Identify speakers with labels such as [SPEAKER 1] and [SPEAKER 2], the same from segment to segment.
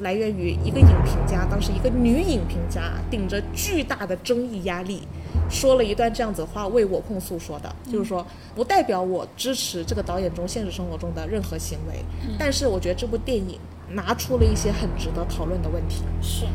[SPEAKER 1] 来源于一个影评家，当时一个女影评家顶着巨大的争议压力，说了一段这样子的话，为我控诉说的，就是说不代表我支持这个导演中现实生活中的任何行为，但是我觉得这部电影拿出了一些很值得讨论的问题。
[SPEAKER 2] 是。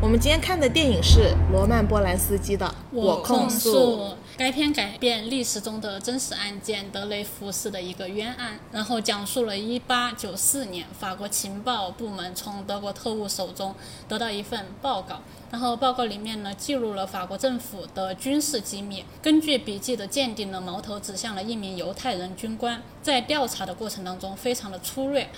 [SPEAKER 1] 我们今天看的电影是罗曼·波兰斯基的《我控诉》。
[SPEAKER 2] 该片改变历史中的真实案件德雷福斯的一个冤案，然后讲述了1894年法国情报部门从德国特务手中得到一份报告，然后报告里面呢记录了法国政府的军事机密。根据笔记的鉴定呢，矛头指向了一名犹太人军官，在调查的过程当中非常的粗略。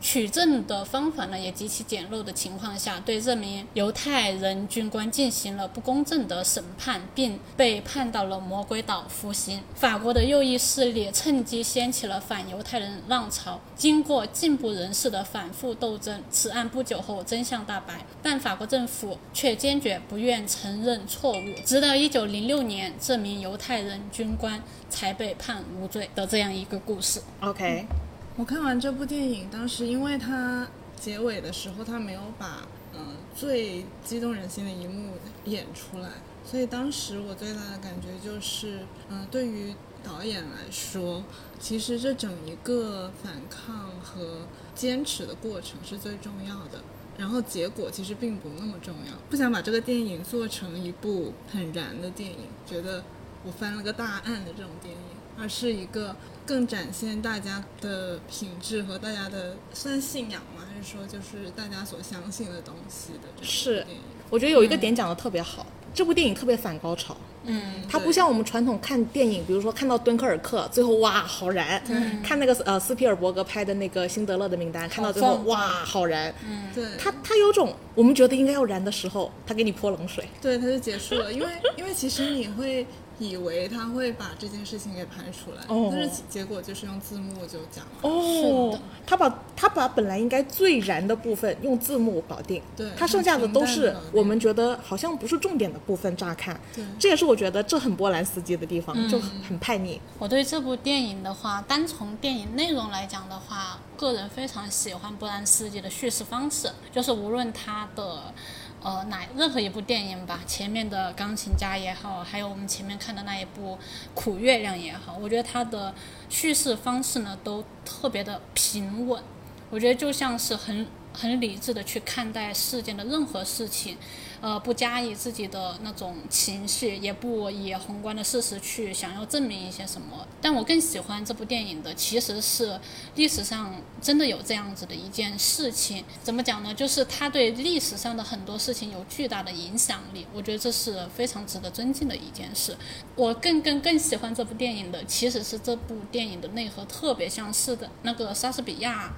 [SPEAKER 2] 取证的方法呢也极其简陋的情况下，对这名犹太人军官进行了不公正的审判，并被判到了魔鬼岛服刑。法国的右翼势力趁机掀起了反犹太人浪潮，经过进步人士的反复斗争，此案不久后真相大白，但法国政府却坚决不愿承认错误，直到1906年，这名犹太人军官才被判无罪的这样一个故事。
[SPEAKER 1] OK，
[SPEAKER 3] 嗯我看完这部电影，当时因为它结尾的时候，它没有把呃最激动人心的一幕演出来，所以当时我最大的感觉就是，嗯、对于导演来说，其实这整一个反抗和坚持的过程是最重要的。然后结果其实并不那么重要，不想把这个电影做成一部很燃的电影，觉得我翻了个大案的这种电影，而是一个更展现大家的品质和大家的算信仰吗？还是说就是大家所相信的东西的这
[SPEAKER 1] 是
[SPEAKER 3] 种电影？
[SPEAKER 1] 我觉得有一个点讲的特别好，这部电影特别反高潮。
[SPEAKER 2] 嗯，
[SPEAKER 1] 它不
[SPEAKER 3] 嗯对
[SPEAKER 1] 像我们传统看电影，比如说看到敦刻尔克，最后哇好燃；
[SPEAKER 3] 嗯
[SPEAKER 1] 看那个呃斯皮尔伯格拍的那个《辛德勒的名单》，看到最后
[SPEAKER 2] 放
[SPEAKER 1] 哇好燃。
[SPEAKER 3] 对，
[SPEAKER 1] 它它有种我们觉得应该要燃的时候，它给你泼冷水。
[SPEAKER 3] 对，它就结束了。因为 因为其实你会以为他会把这件事情给拍出来，
[SPEAKER 1] 哦
[SPEAKER 3] 但是其结果就是用字幕就讲了。
[SPEAKER 2] 是
[SPEAKER 1] 哦
[SPEAKER 2] 的，
[SPEAKER 1] 他把他把本来应该最燃的部分用字幕搞定，
[SPEAKER 3] 对
[SPEAKER 1] 他剩下的
[SPEAKER 3] 很平
[SPEAKER 1] 都
[SPEAKER 3] 淡
[SPEAKER 1] 是
[SPEAKER 3] 的
[SPEAKER 1] 我们觉得好像不是重点的部分。乍看
[SPEAKER 3] 对，嗯
[SPEAKER 1] 这也是我觉得这很波兰斯基的地方，就很很叛逆。
[SPEAKER 2] 我对这部电影的话，单从电影内容来讲的话，个人非常喜欢波兰斯基的叙事方式，就是无论他的。呃，哪任何一部电影吧，前面的《钢琴家》也好，还有我们前面看的那一部《苦月亮》也好，我觉得他的叙事方式呢都特别的平稳，我觉得就像是很很理智的去看待世间的任何事情，呃，不加以自己的那种情绪，也不以宏观的事实去想要证明一些什么。但我更喜欢这部电影的其实是历史上真的有这样子的一件事情，怎么讲呢？就是它对历史上的很多事情有巨大的影响力，我觉得这是非常值得尊敬的一件事。我更更更喜欢这部电影的其实是这部电影的内核特别像是的那个莎士比亚。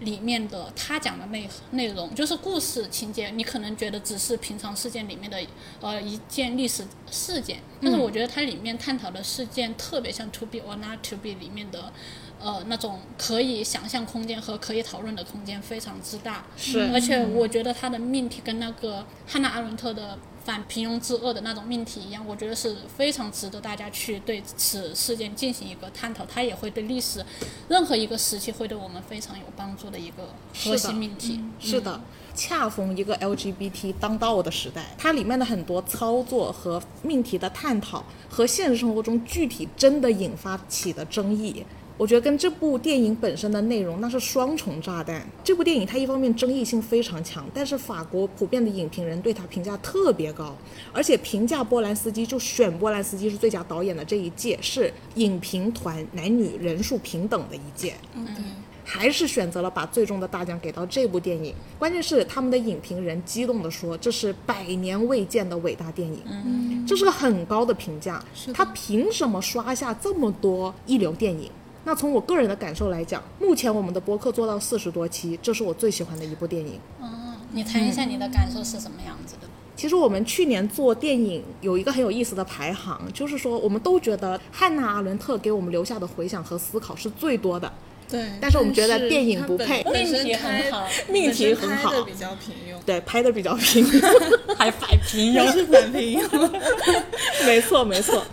[SPEAKER 2] 里面的他讲的内内容，就是故事情节，你可能觉得只是平常事件里面的呃一件历史事件，但是我觉得它里面探讨的事件特别像《To Be or Not to Be》里面的呃那种可以想象空间和可以讨论的空间非常之大，
[SPEAKER 1] 是
[SPEAKER 2] 而且我觉得他的命题跟那个汉娜·阿伦特的反平庸之恶的那种命题一样，我觉得是非常值得大家去对此事件进行一个探讨。它也会对历史任何一个时期会对我们非常有帮助的一个
[SPEAKER 1] 是
[SPEAKER 2] 核
[SPEAKER 1] 的
[SPEAKER 2] 心命题。
[SPEAKER 1] 是的，恰逢一个 LGBT 当道的时代，它里面的很多操作和命题的探讨，和现实生活中具体真的引发起的争议。我觉得跟这部电影本身的内容那是双重炸弹。这部电影它一方面争议性非常强，但是法国普遍的影评人对它评价特别高，而且评价波兰斯基就选波兰斯基是最佳导演的这一届是影评团男女人数平等的一届。
[SPEAKER 3] 嗯，对，
[SPEAKER 1] 还是选择了把最终的大奖给到这部电影。关键是他们的影评人激动地说：“这是百年未见的伟大电影。”嗯，这是个很高的评价。他凭什么刷下这么多一流电影？那从我个人的感受来讲，目前我们的播客做到四十多期，这是我最喜欢的一部电影。
[SPEAKER 2] 嗯，你谈一下你的感受是什么样子的？
[SPEAKER 1] 其实我们去年做电影有一个很有意思的排行，就是说我们都觉得汉娜·阿伦特给我们留下的回响和思考是最多的。
[SPEAKER 3] 对。
[SPEAKER 1] 但是我们觉得
[SPEAKER 3] 它
[SPEAKER 1] 电影
[SPEAKER 3] 本
[SPEAKER 1] 不配
[SPEAKER 3] 本
[SPEAKER 2] 命
[SPEAKER 3] 身
[SPEAKER 2] 题很
[SPEAKER 3] 开
[SPEAKER 2] 好
[SPEAKER 1] 命题
[SPEAKER 3] 本身
[SPEAKER 1] 很好
[SPEAKER 3] 开的比较平庸，
[SPEAKER 1] 对，拍的比较平。
[SPEAKER 2] 还反平
[SPEAKER 3] 也
[SPEAKER 2] 庸，
[SPEAKER 3] 是反平庸。
[SPEAKER 1] 没错，没错。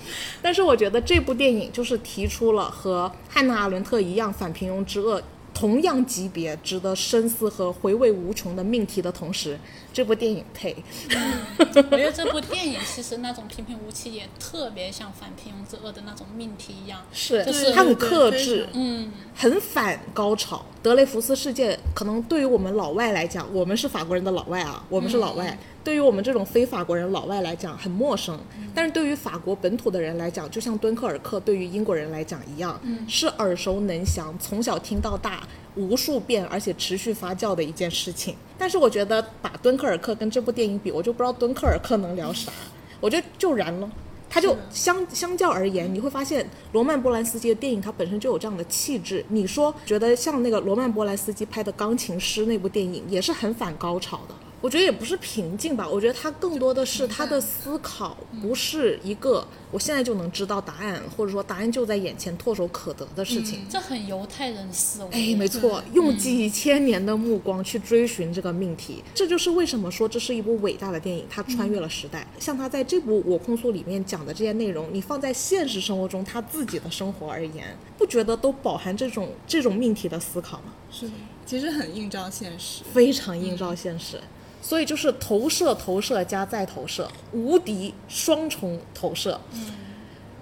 [SPEAKER 1] 但是我觉得这部电影就是提出了和汉娜·阿伦特一样反平庸之恶同样级别、值得深思和回味无穷的命题的同时，这部电影配。
[SPEAKER 2] 我觉得这部电影其实那种平平无奇也特别像反平庸之恶的那种命题一样，
[SPEAKER 1] 是，
[SPEAKER 2] 就是
[SPEAKER 1] 他很
[SPEAKER 3] 对
[SPEAKER 1] 克
[SPEAKER 3] 非
[SPEAKER 1] 制
[SPEAKER 3] 常，
[SPEAKER 2] 嗯，
[SPEAKER 1] 很反高潮。德雷福斯事件可能对于我们老外来讲，我们是法国人的老外啊，我们是老
[SPEAKER 3] 嗯
[SPEAKER 1] 外。对于我们这种非法国人老外来讲很陌生，
[SPEAKER 3] 嗯
[SPEAKER 1] 但是对于法国本土的人来讲，就像敦刻尔克对于英国人来讲一样，
[SPEAKER 3] 嗯
[SPEAKER 1] 是耳熟能详，从小听到大，无数遍而且持续发酵的一件事情。但是我觉得把敦刻尔克跟这部电影比，我就不知道敦刻尔克能聊啥，我觉得就燃了。它就相相较而言，你会发现罗曼·波兰斯基的电影它本身就有这样的气质。你说觉得像那个罗曼·波兰斯基拍的《钢琴师》那部电影也是很反高潮的，我觉得也不是平静吧，我觉得它更多的是他的思考，不是一个我现在就能知道答案，或者说答案就在眼前唾手可得的事情。
[SPEAKER 2] 这很犹太人思维。
[SPEAKER 1] 哎，没错，用几千年的目光去追寻这个命题，这就是为什么说这是一部伟大的电影，它穿越了时代。像他在这部《我控诉》里面讲的这些内容，你放在现实生活中他自己的生活而言，不觉得都饱含这种这种命题的思考吗？
[SPEAKER 3] 是的，其实很映照现实。
[SPEAKER 1] 非常映照现实。所以就是投射、投射加再投射，无敌双重投射。嗯，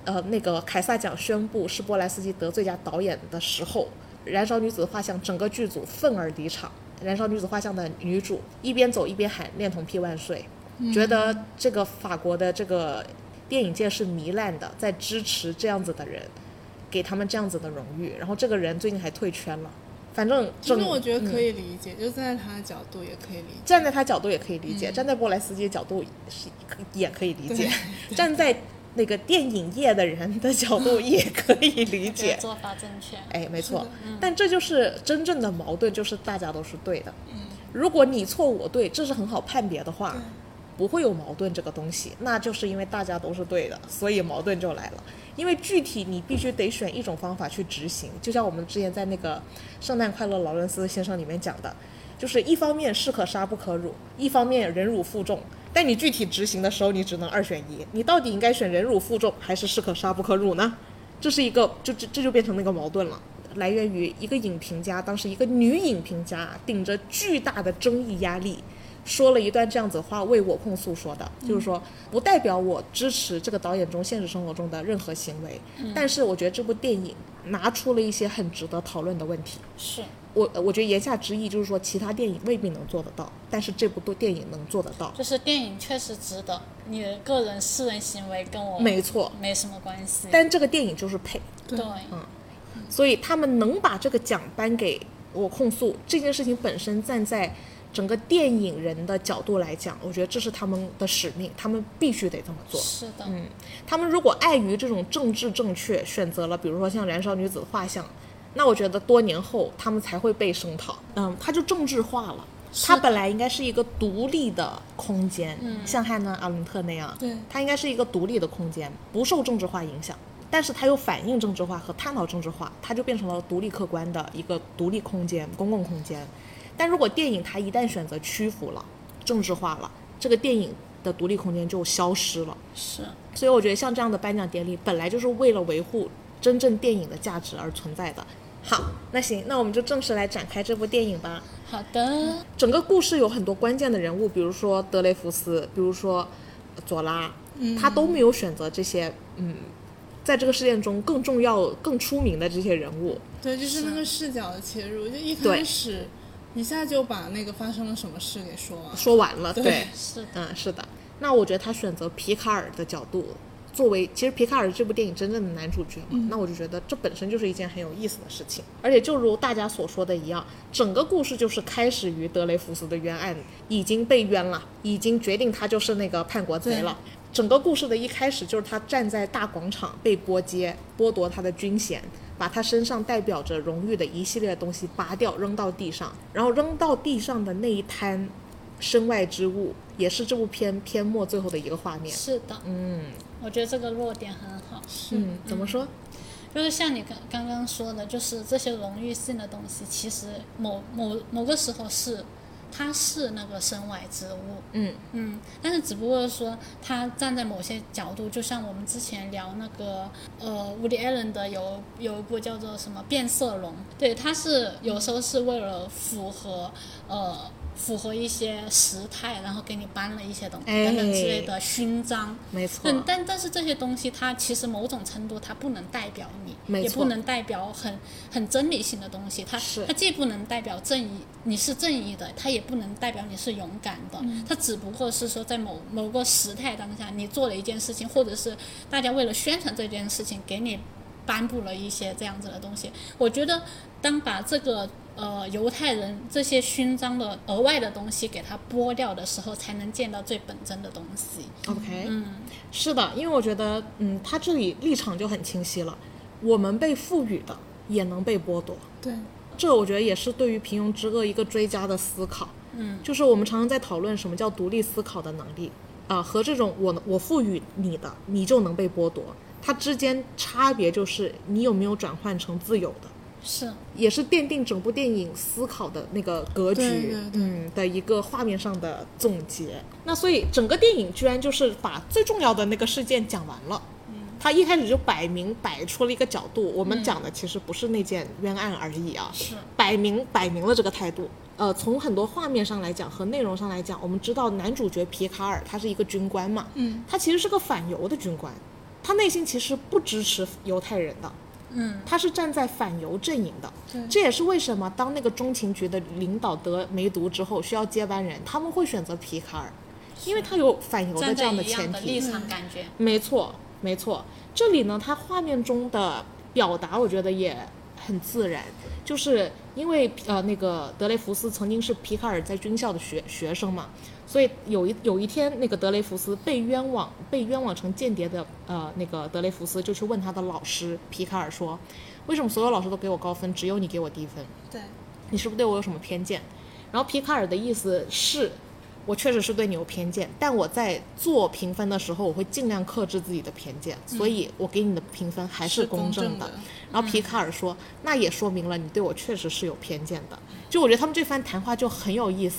[SPEAKER 1] 呃，那个凯撒奖宣布是波兰斯基得最佳导演的时候，《燃烧女子的画像》整个剧组愤而离场。《燃烧女子画像》的女主一边走一边喊“恋童癖万岁”，觉
[SPEAKER 3] 嗯
[SPEAKER 1] 得这个法国的这个电影界是糜烂的，在支持这样子的人，给他们这样子的荣誉。然后这个人最近还退圈了，反正
[SPEAKER 3] 其
[SPEAKER 1] 整
[SPEAKER 3] 实我觉得
[SPEAKER 1] 嗯
[SPEAKER 3] 可以理解，就在他的角度也可以理解。
[SPEAKER 1] 站在他角度也可以理解，站在波莱斯基的角度是也可以理解，站在那个电影业的人的角度也可以理
[SPEAKER 2] 这
[SPEAKER 1] 解
[SPEAKER 2] 个。做法正确。
[SPEAKER 1] 哎，没错，但这就是真正的矛盾，就是大家都是对的。如果你错我对，这是很好判别的话，不会有矛盾这个东西。那就是因为大家都是对的，所以矛盾就来了。因为具体你必须得选一种方法去执行，就像我们之前在那个《圣诞快乐，劳伦斯先生》里面讲的，就是一方面士可杀不可辱，一方面忍辱负重。但你具体执行的时候，你只能二选一，你到底应该选忍辱负重还是士可杀不可辱呢？这是一个，就这这就变成那个矛盾了，来源于一个影评家，当时一个女影评家顶着巨大的争议压力，说了一段这样子的话，为我控诉说的，就是说不代表我支持这个导演中现实生活中的任何行为，但是我觉得这部电影拿出了一些很值得讨论的问题。
[SPEAKER 2] 是，
[SPEAKER 1] 我我觉得言下之意就是说，其他电影未必能做得到，但是这部电影能做得到。
[SPEAKER 2] 就是电影确实值得，你的个人私人行为跟我
[SPEAKER 1] 没错，
[SPEAKER 2] 没什么关系。
[SPEAKER 1] 但嗯这个电影就是配，
[SPEAKER 2] 对，
[SPEAKER 1] 所以他们能把这个奖颁给我控诉这件事情本身，站在整个电影人的角度来讲，我觉得这是他们的使命，他们必须得这么做。嗯
[SPEAKER 2] 是的，
[SPEAKER 1] 他们如果碍于这种政治正确，选择了比如说像《燃烧女子的画像》，那我觉得多年后他们才会被声讨。嗯，它就政治化了。它本来应该是一个独立的空间，像汉娜·阿伦特那样，
[SPEAKER 3] 对
[SPEAKER 1] 它应该是一个独立的空间，不受政治化影响。但是它又反映政治化和探讨政治化，它就变成了独立客观的一个独立空间、公共空间。但如果电影它一旦选择屈服了、政治化了，这个电影的独立空间就消失了。
[SPEAKER 2] 是
[SPEAKER 1] 所以我觉得像这样的颁奖典礼，本来就是为了维护真正电影的价值而存在的。好，那行，那我们就正式来展开这部电影吧。
[SPEAKER 2] 好的，
[SPEAKER 1] 整个故事有很多关键的人物，比如说德雷福斯，比如说呃佐拉，他都没有选择这些，嗯，在这个事件中更重要、更出名的这些人物。
[SPEAKER 3] 对，就是那个视角的切入，就一
[SPEAKER 1] 对
[SPEAKER 3] 开始一下就把那个发生了什么事给说完。
[SPEAKER 1] 说完了，对，
[SPEAKER 2] 是的，
[SPEAKER 1] 嗯，是的。那我觉得他选择皮卡尔的角度作为，其实皮卡尔这部电影真正的男主角嘛，那我就觉得这本身就是一件很有意思的事情。而且就如大家所说的一样，整个故事就是开始于德雷福斯的冤案已经被冤了，已经决定他就是那个叛国贼
[SPEAKER 3] 对
[SPEAKER 1] 了。整个故事的一开始就是他站在大广场被波接，剥夺他的军衔，把他身上代表着荣誉的一系列东西拔掉，扔到地上，然后扔到地上的那一滩身外之物，也是这部片片末最后的一个画面。
[SPEAKER 2] 是的，嗯，我觉得这个落点很好，
[SPEAKER 1] 嗯，怎么说？
[SPEAKER 2] 就是像你刚刚刚说的，就是这些荣誉性的东西，其实某某某个时候是它是那个身外之物，
[SPEAKER 1] 嗯
[SPEAKER 2] 嗯，但是只不过说他站在某些角度，就像我们之前聊那个呃，Woody Allen 的有有一部叫做什么《变色龙》，对，他是有时候是为了符合呃符合一些时态，然后给你颁了一些东
[SPEAKER 1] 哎
[SPEAKER 2] 等等之类的勋章。
[SPEAKER 1] 没错，
[SPEAKER 2] 但但但是这些东西，它其实某种程度它不能代表你，
[SPEAKER 1] 没
[SPEAKER 2] 也
[SPEAKER 1] 错
[SPEAKER 2] 不能代表很很真理性的东西。它
[SPEAKER 1] 是
[SPEAKER 2] 它既不能代表正义，你是正义的，它也不能代表你是勇敢的。
[SPEAKER 1] 嗯
[SPEAKER 2] 它只不过是说在某某个时态当下，你做了一件事情，或者是大家为了宣传这件事情，给你颁布了一些这样子的东西。我觉得，当把这个呃犹太人这些勋章的额外的东西给它剥掉的时候，才能见到最本真的东西。
[SPEAKER 1] OK，嗯，是的，因为我觉得，嗯，他这里立场就很清晰了，我们被赋予的也能被剥夺，
[SPEAKER 3] 对，
[SPEAKER 1] 这我觉得也是对于《平庸之恶》一个追加的思考。嗯，就是我们常常在讨论什么叫独立思考的能力啊、和这种我我赋予你的，你就能被剥夺，它之间差别就是你有没有转换成自由的。
[SPEAKER 2] 是，
[SPEAKER 1] 也是奠定整部电影思考的那个格局，
[SPEAKER 3] 对对对
[SPEAKER 1] 嗯的一个画面上的总结。那所以整个电影居然就是把最重要的那个事件讲完了。他一开始就摆明摆出了一个角度，我们讲的其实不是那件冤案而已啊，
[SPEAKER 2] 是
[SPEAKER 1] 摆明摆明了这个态度。呃，从很多画面上来讲和内容上来讲，我们知道男主角皮卡尔他是一个军官嘛，
[SPEAKER 3] 嗯，
[SPEAKER 1] 他其实是个反犹的军官，他内心其实不支持犹太人的，
[SPEAKER 2] 嗯，
[SPEAKER 1] 他是站在反犹阵营的
[SPEAKER 3] 对。
[SPEAKER 1] 这也是为什么当那个中情局的领导得梅毒之后需要接班人，他们会选择皮卡尔，因为他有反犹的
[SPEAKER 2] 站
[SPEAKER 1] 这
[SPEAKER 2] 在
[SPEAKER 1] 的
[SPEAKER 2] 一样
[SPEAKER 1] 前
[SPEAKER 2] 的
[SPEAKER 1] 提
[SPEAKER 2] 立。场感觉，
[SPEAKER 1] 没错，没错。这里呢，它画面中的表达，我觉得也很自然，就是因为呃，那个德雷福斯曾经是皮卡尔在军校的学学生嘛，所以有一有一天，那个德雷福斯被冤枉，被冤枉成间谍的呃，那个德雷福斯就去问他的老师皮卡尔说，为什么所有老师都给我高分，只有你给我低分？
[SPEAKER 3] 对，
[SPEAKER 1] 你是不是对我有什么偏见？然后皮卡尔的意思是，我确实是对你有偏见，但我在做评分的时候，我会尽量克制自己的偏见，所以我给你的评分还
[SPEAKER 3] 是
[SPEAKER 1] 公
[SPEAKER 3] 正嗯
[SPEAKER 1] 的。然后皮卡尔说，那也说明了你对我确实是有偏见的。就我觉得他们这番谈话就很有意思。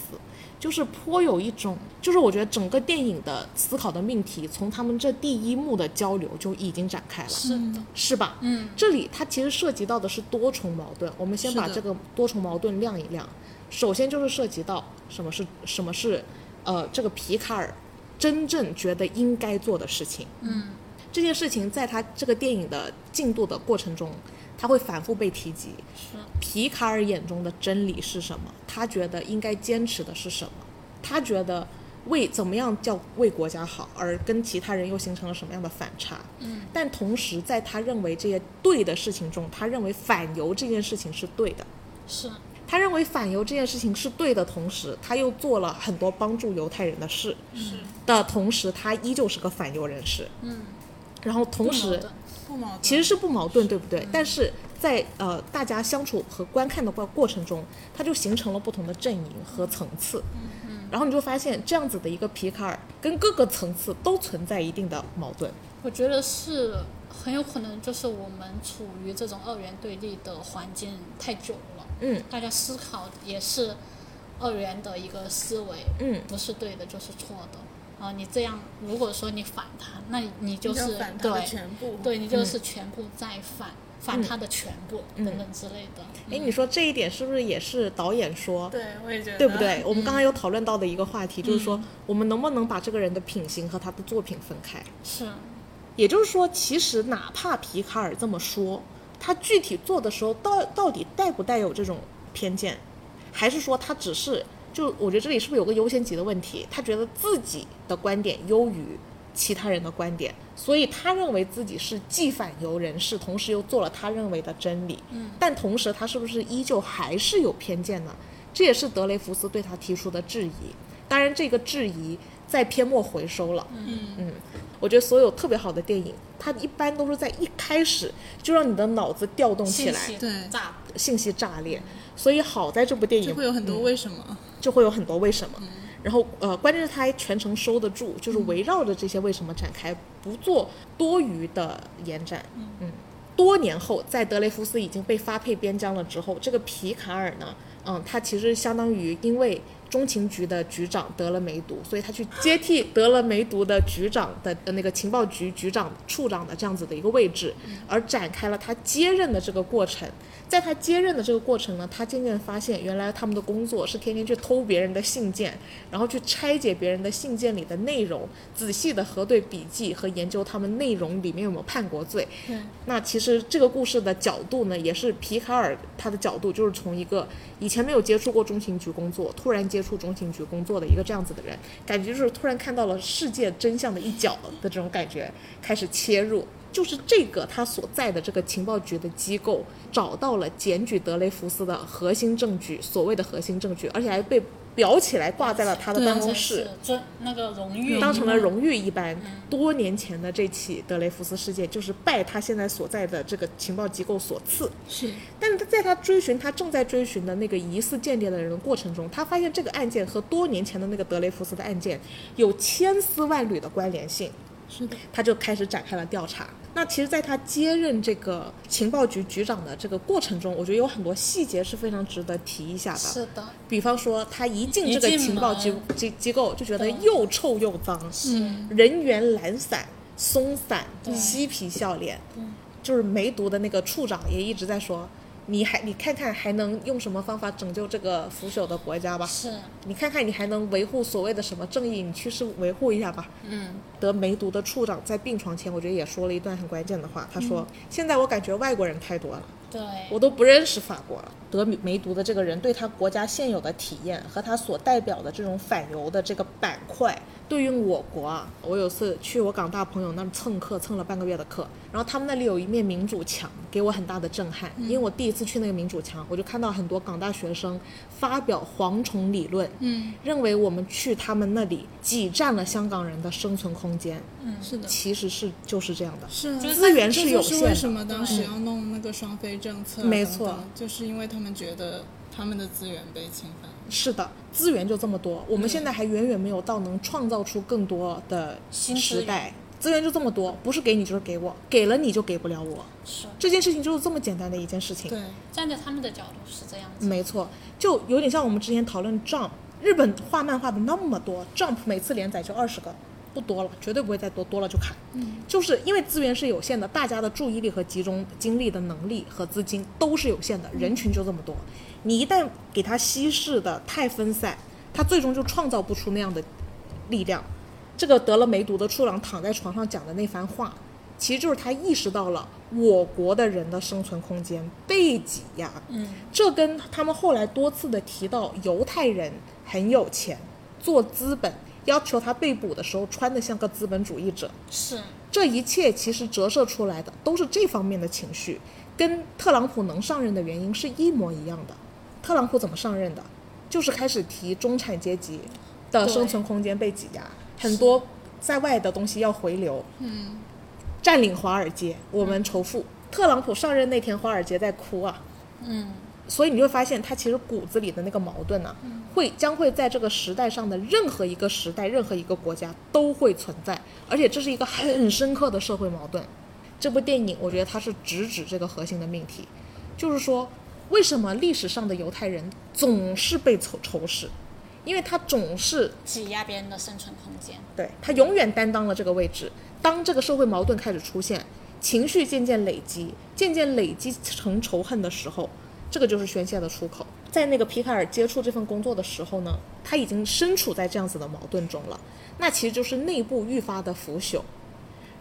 [SPEAKER 1] 就是颇有一种，就是我觉得整个电影的思考的命题，从他们这第一幕的交流就已经展开了。
[SPEAKER 2] 是的，
[SPEAKER 1] 是吧？
[SPEAKER 2] 嗯，
[SPEAKER 1] 这里它其实涉及到的是多重矛盾。我们先
[SPEAKER 3] 是
[SPEAKER 1] 把
[SPEAKER 3] 的
[SPEAKER 1] 这个多重矛盾亮一亮。首先就是涉及到什么是什么是，呃，这个皮卡尔真正觉得应该做的事情。
[SPEAKER 2] 嗯，
[SPEAKER 1] 这件事情在他这个电影的进度的过程中，他会反复被提及。
[SPEAKER 2] 是
[SPEAKER 1] 皮卡尔眼中的真理是什么？他觉得应该坚持的是什么？他觉得为怎么样叫为国家好，而跟其他人又形成了什么样的反差？嗯，但同时在他认为这些对的事情中，他认为反犹这件事情是对的。
[SPEAKER 2] 是，
[SPEAKER 1] 他认为反犹这件事情是对的同时，他又做了很多帮助犹太人的事。
[SPEAKER 3] 是
[SPEAKER 1] 的同时，他依旧是个反犹人士。
[SPEAKER 2] 嗯，
[SPEAKER 1] 然后同
[SPEAKER 2] 不矛
[SPEAKER 1] 时，
[SPEAKER 2] 盾
[SPEAKER 3] 不矛盾，
[SPEAKER 1] 其实是不矛盾，对不对？但是在呃大家相处和观看的过过程中，它就形成了不同的阵营和层次。然后你就发现这样子的一个皮卡尔跟各个层次都存在一定的矛盾。
[SPEAKER 2] 我觉得是很有可能就是我们处于这种二元对立的环境太久了，
[SPEAKER 1] 嗯
[SPEAKER 2] 大家思考也是二元的一个思维，
[SPEAKER 1] 嗯，
[SPEAKER 2] 不是对的就是错的。啊，你这样，如果说你反他，那你就
[SPEAKER 3] 你要
[SPEAKER 2] 是
[SPEAKER 3] 反他的
[SPEAKER 2] 对，
[SPEAKER 3] 全部，
[SPEAKER 2] 对你
[SPEAKER 1] 嗯
[SPEAKER 2] 就是全部在反、反他的全部、等等之类的。
[SPEAKER 1] 哎，你说这一点是不是也是导演说？
[SPEAKER 3] 对，我也觉得，
[SPEAKER 1] 对不？对？我们刚刚有讨论到的一个话题，就是说我们能不能把这个人的品行和他的作品分开？
[SPEAKER 2] 是，
[SPEAKER 1] 也就是说，其实哪怕皮卡尔这么说，他具体做的时候到到底带不带有这种偏见，还是说他只是就我觉得这里是不是有个优先级的问题？他觉得自己的观点优于其他人的观点，所以他认为自己是既反犹人士，同时又做了他认为的真理。嗯，但同时他是不是依旧还是有偏见呢？这也是德雷福斯对他提出的质疑。当然，这个质疑在篇末回收了。嗯，我觉得所有特别好的电影，它一般都是在一开始就让你的脑子调动起
[SPEAKER 2] 信
[SPEAKER 1] 来，
[SPEAKER 2] 息
[SPEAKER 3] 对
[SPEAKER 2] 炸
[SPEAKER 1] 信息炸裂。所以好在这部电影
[SPEAKER 3] 就会有嗯很多
[SPEAKER 1] 嗯
[SPEAKER 3] 为什么，
[SPEAKER 1] 就会有很多为什么。然后呃，关键是它还全程收得住，就是围绕着这些为什么展开，不做多余的延展。嗯，多年后，在德雷福斯已经被发配边疆了之后，这个皮卡尔呢，嗯，他其实相当于因为中情局的局长得了梅毒，所以他去接替得了梅毒的局长的呃那个情报局局长、处长的这样子的一个位置，而展开了他接任的这个过程。在他接任的这个过程呢，他渐渐发现，原来他们的工作是天天去偷别人的信件，然后去拆解别人的信件里的内容，仔细的核对笔记和研究他们内容里面有没有叛国罪。那其实这个故事的角度呢，也是皮卡尔他的角度，就是从一个以前没有接触过中情局工作，突然接触中情局工作的一个这样子的人，感觉就是突然看到了世界真相的一角的这种感觉，开始切入。就是这个他所在的这个情报局的机构找到了检举德雷福斯的核心证据，所谓的核心证据，而且还被裱起来挂在了他的办公室。
[SPEAKER 2] 尊那个荣誉，
[SPEAKER 1] 当成了荣誉一般。多年前的这起德雷福斯事件，就是拜他现在所在的这个情报机构所赐。
[SPEAKER 2] 是
[SPEAKER 1] 但是他在他追寻他正在追寻的那个疑似间谍的人的过程中，他发现这个案件和多年前的那个德雷福斯的案件有千丝万缕的关联性。
[SPEAKER 3] 是的，
[SPEAKER 1] 他就开始展开了调查。那其实，在他接任这个呃情报局局长的这个过程中，我觉得有很多细节是非常值得提一下的。
[SPEAKER 2] 是的，
[SPEAKER 1] 比方说，他一进
[SPEAKER 2] 一
[SPEAKER 1] 这个
[SPEAKER 2] 进
[SPEAKER 1] 情报
[SPEAKER 2] 门
[SPEAKER 1] 机机机构就觉得
[SPEAKER 2] 对
[SPEAKER 1] 又臭又脏，
[SPEAKER 2] 嗯
[SPEAKER 1] 人员懒散、松散、
[SPEAKER 2] 对
[SPEAKER 1] 嬉皮笑脸。就是梅毒的那个处长也一直在说，你还你看看还能用什么方法拯救这个腐朽的国家吧？
[SPEAKER 2] 是
[SPEAKER 1] 你看看你还能维护所谓的什么正义？你去是维护一下吧。
[SPEAKER 2] 嗯
[SPEAKER 1] 得梅毒的处长在病床前，我觉得也说了一段很关键的话，他
[SPEAKER 2] 嗯
[SPEAKER 1] 说：“现在我感觉外国人太多了。”
[SPEAKER 2] 对
[SPEAKER 1] 我都不认识法国了。得梅毒的这个人对他国家现有的体验和他所代表的这种反犹的这个板块，对应我国啊，我有次去我港大朋友那儿蹭课，蹭了半个月的课，然后他们那里有一面民主墙，给我很大的震撼，因为我第一次去那个民主墙，我就看到很多港大学生发表蝗虫理论，
[SPEAKER 2] 嗯
[SPEAKER 1] 认为我们去他们那里挤占了香港人的生存空间，
[SPEAKER 2] 嗯
[SPEAKER 3] 是的，
[SPEAKER 1] 其实是就是这样的。
[SPEAKER 3] 是啊
[SPEAKER 2] 就。
[SPEAKER 1] 资源是
[SPEAKER 3] 这
[SPEAKER 1] 有
[SPEAKER 3] 就是
[SPEAKER 1] 限
[SPEAKER 3] 为
[SPEAKER 1] 的，嗯
[SPEAKER 3] 什么当时要弄那个双非政策啊？
[SPEAKER 1] 没
[SPEAKER 3] 等
[SPEAKER 1] 错
[SPEAKER 3] 等就是因为他们觉得他们的资源被侵犯。
[SPEAKER 1] 是的，资源就这么多，我们
[SPEAKER 2] 嗯
[SPEAKER 1] 现在还远远没有到能创造出更多的
[SPEAKER 2] 新
[SPEAKER 1] 时
[SPEAKER 2] 资源
[SPEAKER 1] 代。资源就这么多，不是给你就是给我，给了你就给不了我。
[SPEAKER 2] 是
[SPEAKER 1] 这件事情就是这么简单的一件事情。
[SPEAKER 3] 对，
[SPEAKER 2] 站在他们的角度是这样子，
[SPEAKER 1] 没错，就有点像我们之前讨论 Jump，日本画漫画的那么多，Jump 每次连载就二十个，不多了，绝对不会再多，多了就砍。嗯，就是因为资源是有限的，大家的注意力和集中精力的能力和资金都是有限的，人群就这么多，你一旦给它稀释的太分散，它最终就创造不出那样的力量。这个得了梅毒的处长躺在床上讲的那番话，其实就是他意识到了我国的人的生存空间被挤压。嗯，这跟他们后来多次的提到犹太人很有钱，做资本，要求他被捕的时候穿的像个资本主义者，
[SPEAKER 2] 是
[SPEAKER 1] 这一切其实折射出来的都是这方面的情绪，跟特朗普能上任的原因是一模一样的。特朗普怎么上任的？就是开始提中产阶级的
[SPEAKER 2] 对
[SPEAKER 1] 生存空间被挤压，很多在外的东西要回流，
[SPEAKER 3] 嗯，
[SPEAKER 1] 占领华尔街，我们仇富。特朗普上任那天，华尔街在哭啊，
[SPEAKER 2] 嗯
[SPEAKER 1] 所以你就会发现，他其实骨子里的那个矛盾呢、会将会在这个时代上的任何一个时代、任何一个国家都会存在，而且这是一个很深刻的社会矛盾。这部电影，我觉得它是直指这个核心的命题，就是说，为什么历史上的犹太人总是被仇仇视？因为他总是
[SPEAKER 2] 挤压别人的生存空间，
[SPEAKER 1] 对他永远担当了这个位置。当这个社会矛盾开始出现，情绪渐渐累积，渐渐累积成仇恨的时候，这个就是宣泄的出口。在那个皮卡尔接触这份工作的时候呢，他已经身处在这样子的矛盾中了。那其实就是内部愈发的腐朽，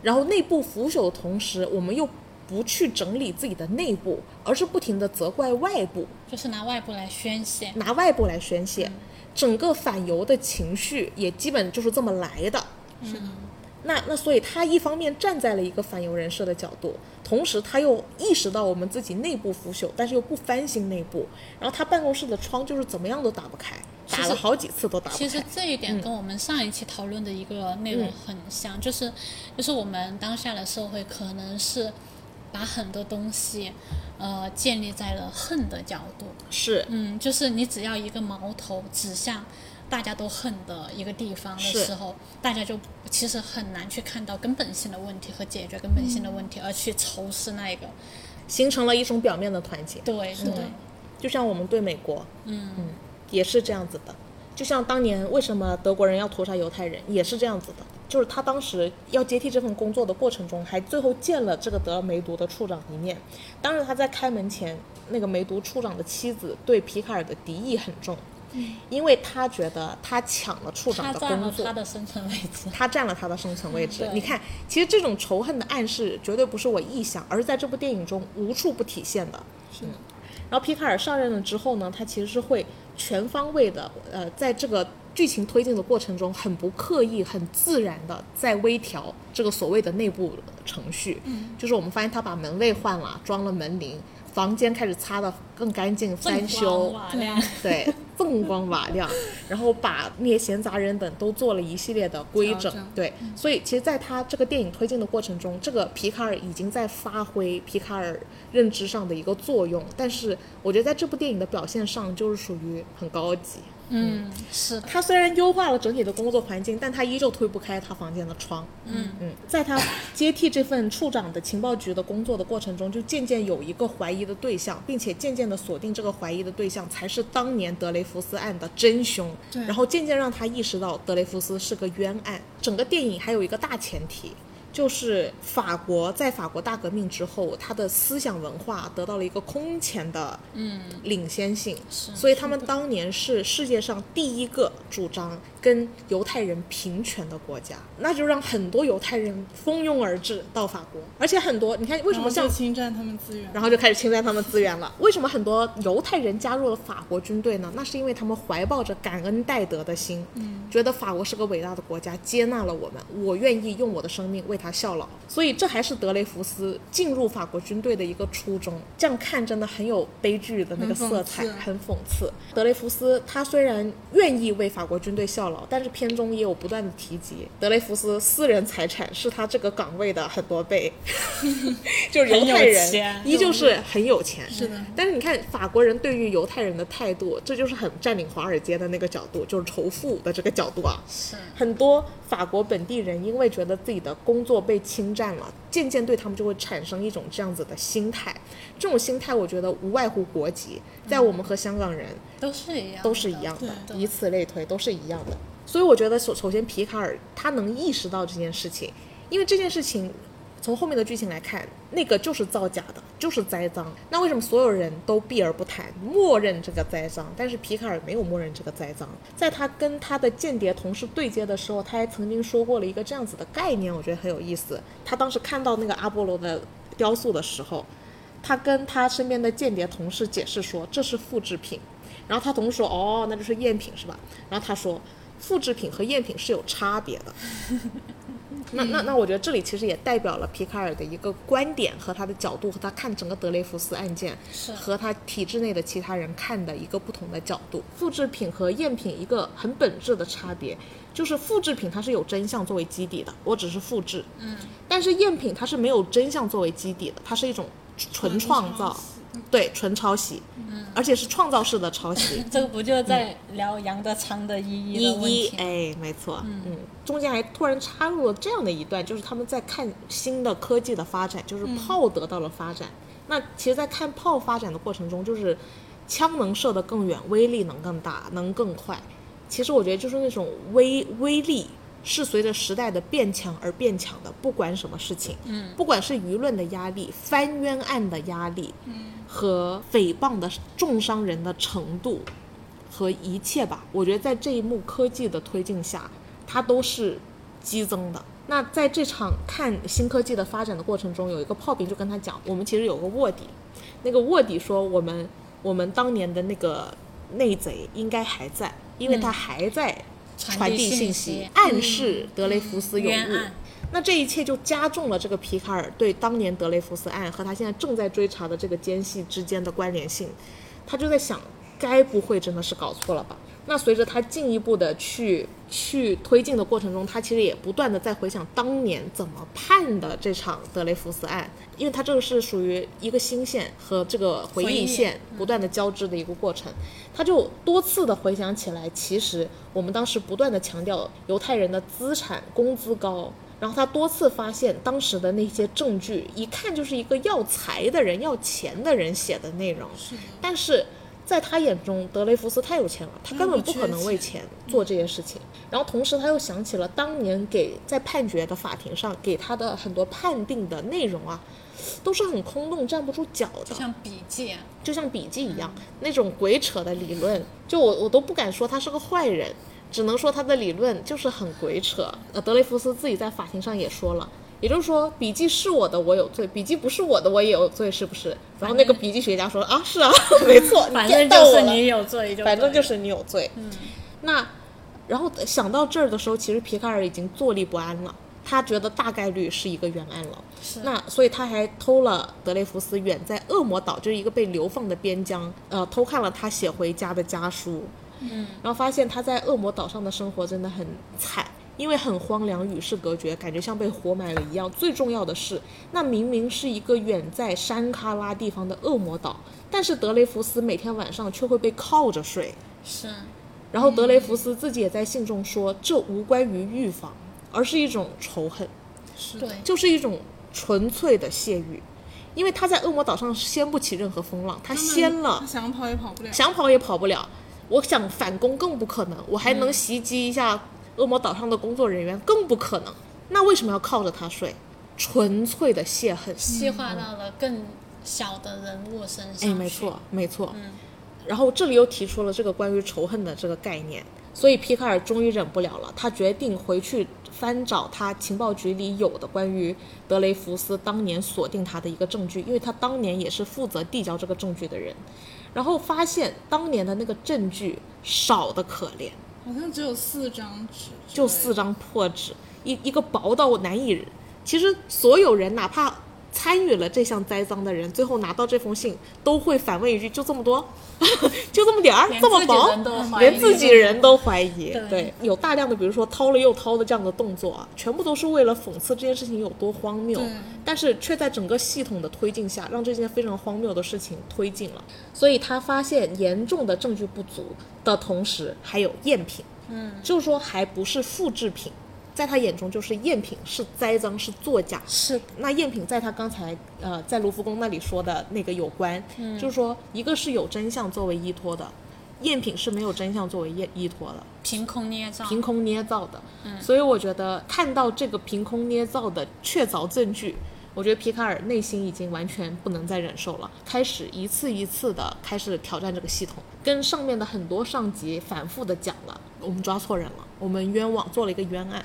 [SPEAKER 1] 然后内部腐朽的同时，我们又不去整理自己的内部，而是不停地责怪外部。
[SPEAKER 2] 就是拿外部来宣泄，
[SPEAKER 1] 拿外部来宣泄，整个反犹的情绪也基本就是这么来的。
[SPEAKER 3] 是的，
[SPEAKER 1] 那那所以他一方面站在了一个反犹人设的角度，同时他又意识到我们自己内部腐朽，但是又不翻新内部。然后他办公室的窗就是怎么样都打不开，
[SPEAKER 2] 实
[SPEAKER 1] 打了好几次都打不
[SPEAKER 2] 其
[SPEAKER 1] 开
[SPEAKER 2] 实。这
[SPEAKER 1] 嗯
[SPEAKER 2] 一点跟我们上一期讨论的一个内容很像，就是就是我们当下的社会可能是把很多东西，呃，建立在了恨的角度，
[SPEAKER 1] 是
[SPEAKER 2] 嗯，就是你只要一个矛头指向大家都恨的一个地方的
[SPEAKER 1] 是
[SPEAKER 2] 时候，大家就其实很难去看到根本性的问题和解决根
[SPEAKER 1] 嗯
[SPEAKER 2] 本性的问题，而去仇视那一个，
[SPEAKER 1] 形成了一种表面的团结。
[SPEAKER 2] 对对。
[SPEAKER 1] 就像我们对美国，嗯也是这样子的。就像当年为什么德国人要屠杀犹太人，也是这样子的。就是他当时要接替这份工作的过程中，还最后见了这个德梅毒的处长一面。当时他在开门前，那个梅毒处长的妻子对皮卡尔的敌意很重，因为他觉得他抢了处长
[SPEAKER 2] 嗯他
[SPEAKER 1] 的
[SPEAKER 2] 占
[SPEAKER 1] 工
[SPEAKER 2] 了
[SPEAKER 1] 作
[SPEAKER 2] 他，的生存位 置。
[SPEAKER 1] 他占了他的生存位置
[SPEAKER 2] 嗯。对
[SPEAKER 1] 你看，其实这种仇恨的暗示绝对不是我臆想，而是在这部电影中无处不体现的。嗯
[SPEAKER 3] 是的，
[SPEAKER 1] 然后皮卡尔上任了之后呢，他其实是会全方位的，呃，在这个剧情推进的过程中，很不刻意、很自然的在微调这个所谓的内部程序。嗯，就是我们发现他把门卫换了，装了门铃，房间开始擦的更干净、翻修
[SPEAKER 2] 锃光，瓦亮，
[SPEAKER 1] 对，啊锃光瓦亮，然后把那些闲杂人等都做了一系列的规
[SPEAKER 3] 调
[SPEAKER 1] 整
[SPEAKER 3] 整，
[SPEAKER 1] 对，所以其实，在他这个电影推进的过程中，这个皮卡尔已经在发挥皮卡尔认知上的一个作用，但是我觉得在这部电影的表现上，就是属于很高级。
[SPEAKER 2] 嗯，是的，
[SPEAKER 1] 他虽然优化了整体的工作环境，但他依旧推不开他房间的窗。嗯嗯，在他接替这份处长的情报局的工作的过程中，就渐渐有一个怀疑的对象，并且渐渐的锁定这个怀疑的对象才是当年德雷福斯案的真凶。
[SPEAKER 3] 对
[SPEAKER 1] 然后渐渐让他意识到德雷福斯是个冤案。整个电影还有一个大前提。就是法国在法国大革命之后，他的思想文化得到了一个空前的嗯领先性，
[SPEAKER 2] 是
[SPEAKER 1] 所以他们当年是世界上第一个主张跟犹太人平权的国家，那就让很多犹太人蜂拥而至到法国，而且很多你看为什
[SPEAKER 3] 然
[SPEAKER 1] 么
[SPEAKER 3] 后
[SPEAKER 1] 像
[SPEAKER 3] 就侵占他们资源？
[SPEAKER 1] 然后就开始侵占他们资源了。为什么很多犹太人加入了法国军队呢？那是因为他们怀抱着感恩戴德的心，
[SPEAKER 3] 嗯
[SPEAKER 1] 觉得法国是个伟大的国家，接纳了我们，我愿意用我的生命为他效劳。所以这还是德雷福斯进入法国军队的一个初衷。这样看真的很有悲剧的那个色彩，
[SPEAKER 3] 很讽刺
[SPEAKER 1] 很讽刺。德雷福斯他虽然愿意为法国军队效劳，但是片中也有不断的提及，德雷福斯私人财产是他这个岗位的很多倍，就是犹太
[SPEAKER 2] 很有
[SPEAKER 1] 人
[SPEAKER 2] 钱嗯
[SPEAKER 1] 依旧是很有钱。是
[SPEAKER 3] 的，
[SPEAKER 1] 但是你看法国人对于犹太人的态度，这就是很占领华尔街的那个角度，就是仇富的这个角度啊。
[SPEAKER 2] 是
[SPEAKER 1] 很多法国本地人因为觉得自己的工作被侵占了，渐渐对他们就会产生一种这样子的心态。这种心态，我觉得无外乎国籍，在我们和香港人
[SPEAKER 2] 都是一样的，
[SPEAKER 1] 都是一样的，
[SPEAKER 2] 对
[SPEAKER 1] 以此类推，都是一样的。所以我觉得首首先皮卡尔他能意识到这件事情，因为这件事情从后面的剧情来看，那个就是造假的，就是栽赃。那为什么所有人都避而不谈，默认这个栽赃？但是皮卡尔没有默认这个栽赃，在他跟他的间谍同事对接的时候，他还曾经说过了一个这样子的概念，我觉得很有意思。他当时看到那个阿波罗的雕塑的时候，他跟他身边的间谍同事解释说这是复制品，然后他同事说哦，那就是赝品是吧？然后他说复制品和赝品是有差别的。那那那，我觉得这里其实也代表了皮卡尔的一个观点和他的角度，和他看整个德雷福斯案件，
[SPEAKER 2] 是
[SPEAKER 1] 和他体制内的其他人看的一个不同的角度。复制品和赝品一个很本质的差别，就是复制品它是有真相作为基底的，我只是复制，嗯，但是赝品它是没有真相作为基底的，它是一种纯创造，对，纯抄袭，嗯，而且是创造式的抄袭，
[SPEAKER 2] 这个不就在聊杨德昌的一一的问
[SPEAKER 1] 嗯一一，
[SPEAKER 2] 题
[SPEAKER 1] 哎，没错，嗯，中间还突然插入了这样的一段，就是他们在看新的科技的发展，就是
[SPEAKER 2] 嗯
[SPEAKER 1] 炮得到了发展。那其实，在看炮发展的过程中，就是枪能射得更远，威力能更大，能更快。其实我觉得就是那种威威力是随着时代的变强而变强的，不管什么事情，嗯，不管是舆论的压力、翻冤案的压力，嗯，和诽谤的重伤人的程度，和一切吧，我觉得在这一幕科技的推进下，它都是激增的。那在这场看新科技的发展的过程中，有一个炮兵就跟他讲，我们其实有个卧底，那个卧底说我们我们当年的那个内贼应该还在，因为他还在
[SPEAKER 2] 传递
[SPEAKER 1] 传递信息
[SPEAKER 2] 信息，
[SPEAKER 1] 暗示德雷福斯有误。
[SPEAKER 2] 冤案
[SPEAKER 1] 那这一切就加重了这个皮卡尔对当年德雷福斯案和他现在正在追查的这个奸细之间的关联性。他就在想，该不会真的是搞错了吧？那随着他进一步的去去推进的过程中，他其实也不断的在回想当年怎么判的这场德雷福斯案，因为他这个是属于一个新线和这个回忆线不断的交织的一个过程，他就多次的回想起来，其实我们当时不断的强调犹太人的资产工资高。然后他多次发现，当时的那些证据一看就是一个要财的人、要钱的人写的内容，但是在他眼中，德雷福斯太有钱了，他根本不可能为钱做这些事情。然后同时他又想起了当年给在判决的法庭上给他的很多判定的内容啊，都是很空洞、站不住脚的
[SPEAKER 2] 就。像笔记，啊
[SPEAKER 1] 就像笔记一样，那种鬼扯的理论，就我我都不敢说他是个坏人，只能说他的理论就是很鬼扯。呃，德雷福斯自己在法庭上也说了。也就是说，笔记是我的，我有罪；笔记不是我的，我也有罪，是不是？然后那个笔记学家说啊，是啊， 没错，
[SPEAKER 2] 反
[SPEAKER 1] 你 get
[SPEAKER 2] 正
[SPEAKER 1] 到
[SPEAKER 2] 就是
[SPEAKER 1] 我了
[SPEAKER 2] 你有罪就对了，
[SPEAKER 1] 反正就是你有罪。嗯，那然后想到这儿的时候，其实皮卡尔已经坐立不安了，他觉得大概率是一个原案了。
[SPEAKER 2] 是
[SPEAKER 1] 那所以他还偷了德雷福斯远在恶魔岛，就是一个被流放的边疆，呃，偷看了他写回家的家书。嗯，然后发现他在恶魔岛上的生活真的很惨。因为很荒凉，与世隔绝，感觉像被活埋了一样。最重要的是，那明明是一个远在山卡拉地方的恶魔岛，但是德雷福斯每天晚上却会被靠着睡。
[SPEAKER 2] 是
[SPEAKER 1] 然后德雷福斯自己也在信中说，这无关于预防，而是一种仇恨，
[SPEAKER 3] 是
[SPEAKER 2] 对
[SPEAKER 3] 的，
[SPEAKER 1] 就是一种纯粹的泄欲，因为他在恶魔岛上掀不起任何风浪，他
[SPEAKER 3] 他们
[SPEAKER 1] 掀了
[SPEAKER 3] 他，想跑也跑不了。
[SPEAKER 1] 想跑也跑不了，我想反攻更不可能，我还能袭击一下恶魔岛上的工作人员更不可能，那为什么要靠着他睡？纯粹的泄恨，
[SPEAKER 2] 细化到了更小的人物身上。
[SPEAKER 1] 哎，没，错，没错。然后这里又提出了这个关于仇恨的这个概念，所以皮卡尔终于忍不了了，他决定回去翻找他情报局里有的关于德雷福斯当年锁定他的一个证据，因为他当年也是负责递交这个证据的人，然后发现当年的那个证据少的可怜，
[SPEAKER 3] 好像只有四张纸，
[SPEAKER 1] 就四。张破纸，一一个薄到难以。其实所有人，哪怕参与了这项栽赃的人，最后拿到这封信，都会反问一句：就这么多， 就这么点儿，
[SPEAKER 2] 连
[SPEAKER 1] 这么
[SPEAKER 2] 自己人都
[SPEAKER 1] 薄，
[SPEAKER 2] 怀疑
[SPEAKER 1] 连自己人都怀疑。
[SPEAKER 2] 对
[SPEAKER 1] 有大量的，比如说掏了又掏的这样的动作啊，全部都是为了讽刺这件事情有多荒谬
[SPEAKER 3] 对，
[SPEAKER 1] 但是却在整个系统的推进下，让这件非常荒谬的事情推进了。所以他发现严重的证据不足的同时，还有赝品。就是说还不是复制品，在他眼中就是赝品，是栽赃，是作假。
[SPEAKER 2] 是
[SPEAKER 1] 那赝品在他刚才呃在卢浮宫那里说的那个有关，就是说一个是有真相作为依托的，赝品是没有真相作为依依托的，
[SPEAKER 2] 凭空捏造，
[SPEAKER 1] 凭空捏造的。所以我觉得看到这个凭空捏造的确凿证据。我觉得皮卡尔内心已经完全不能再忍受了，开始一次一次的开始挑战这个系统，跟上面的很多上级反复的讲了，我们抓错人了，我们冤枉做了一个冤案，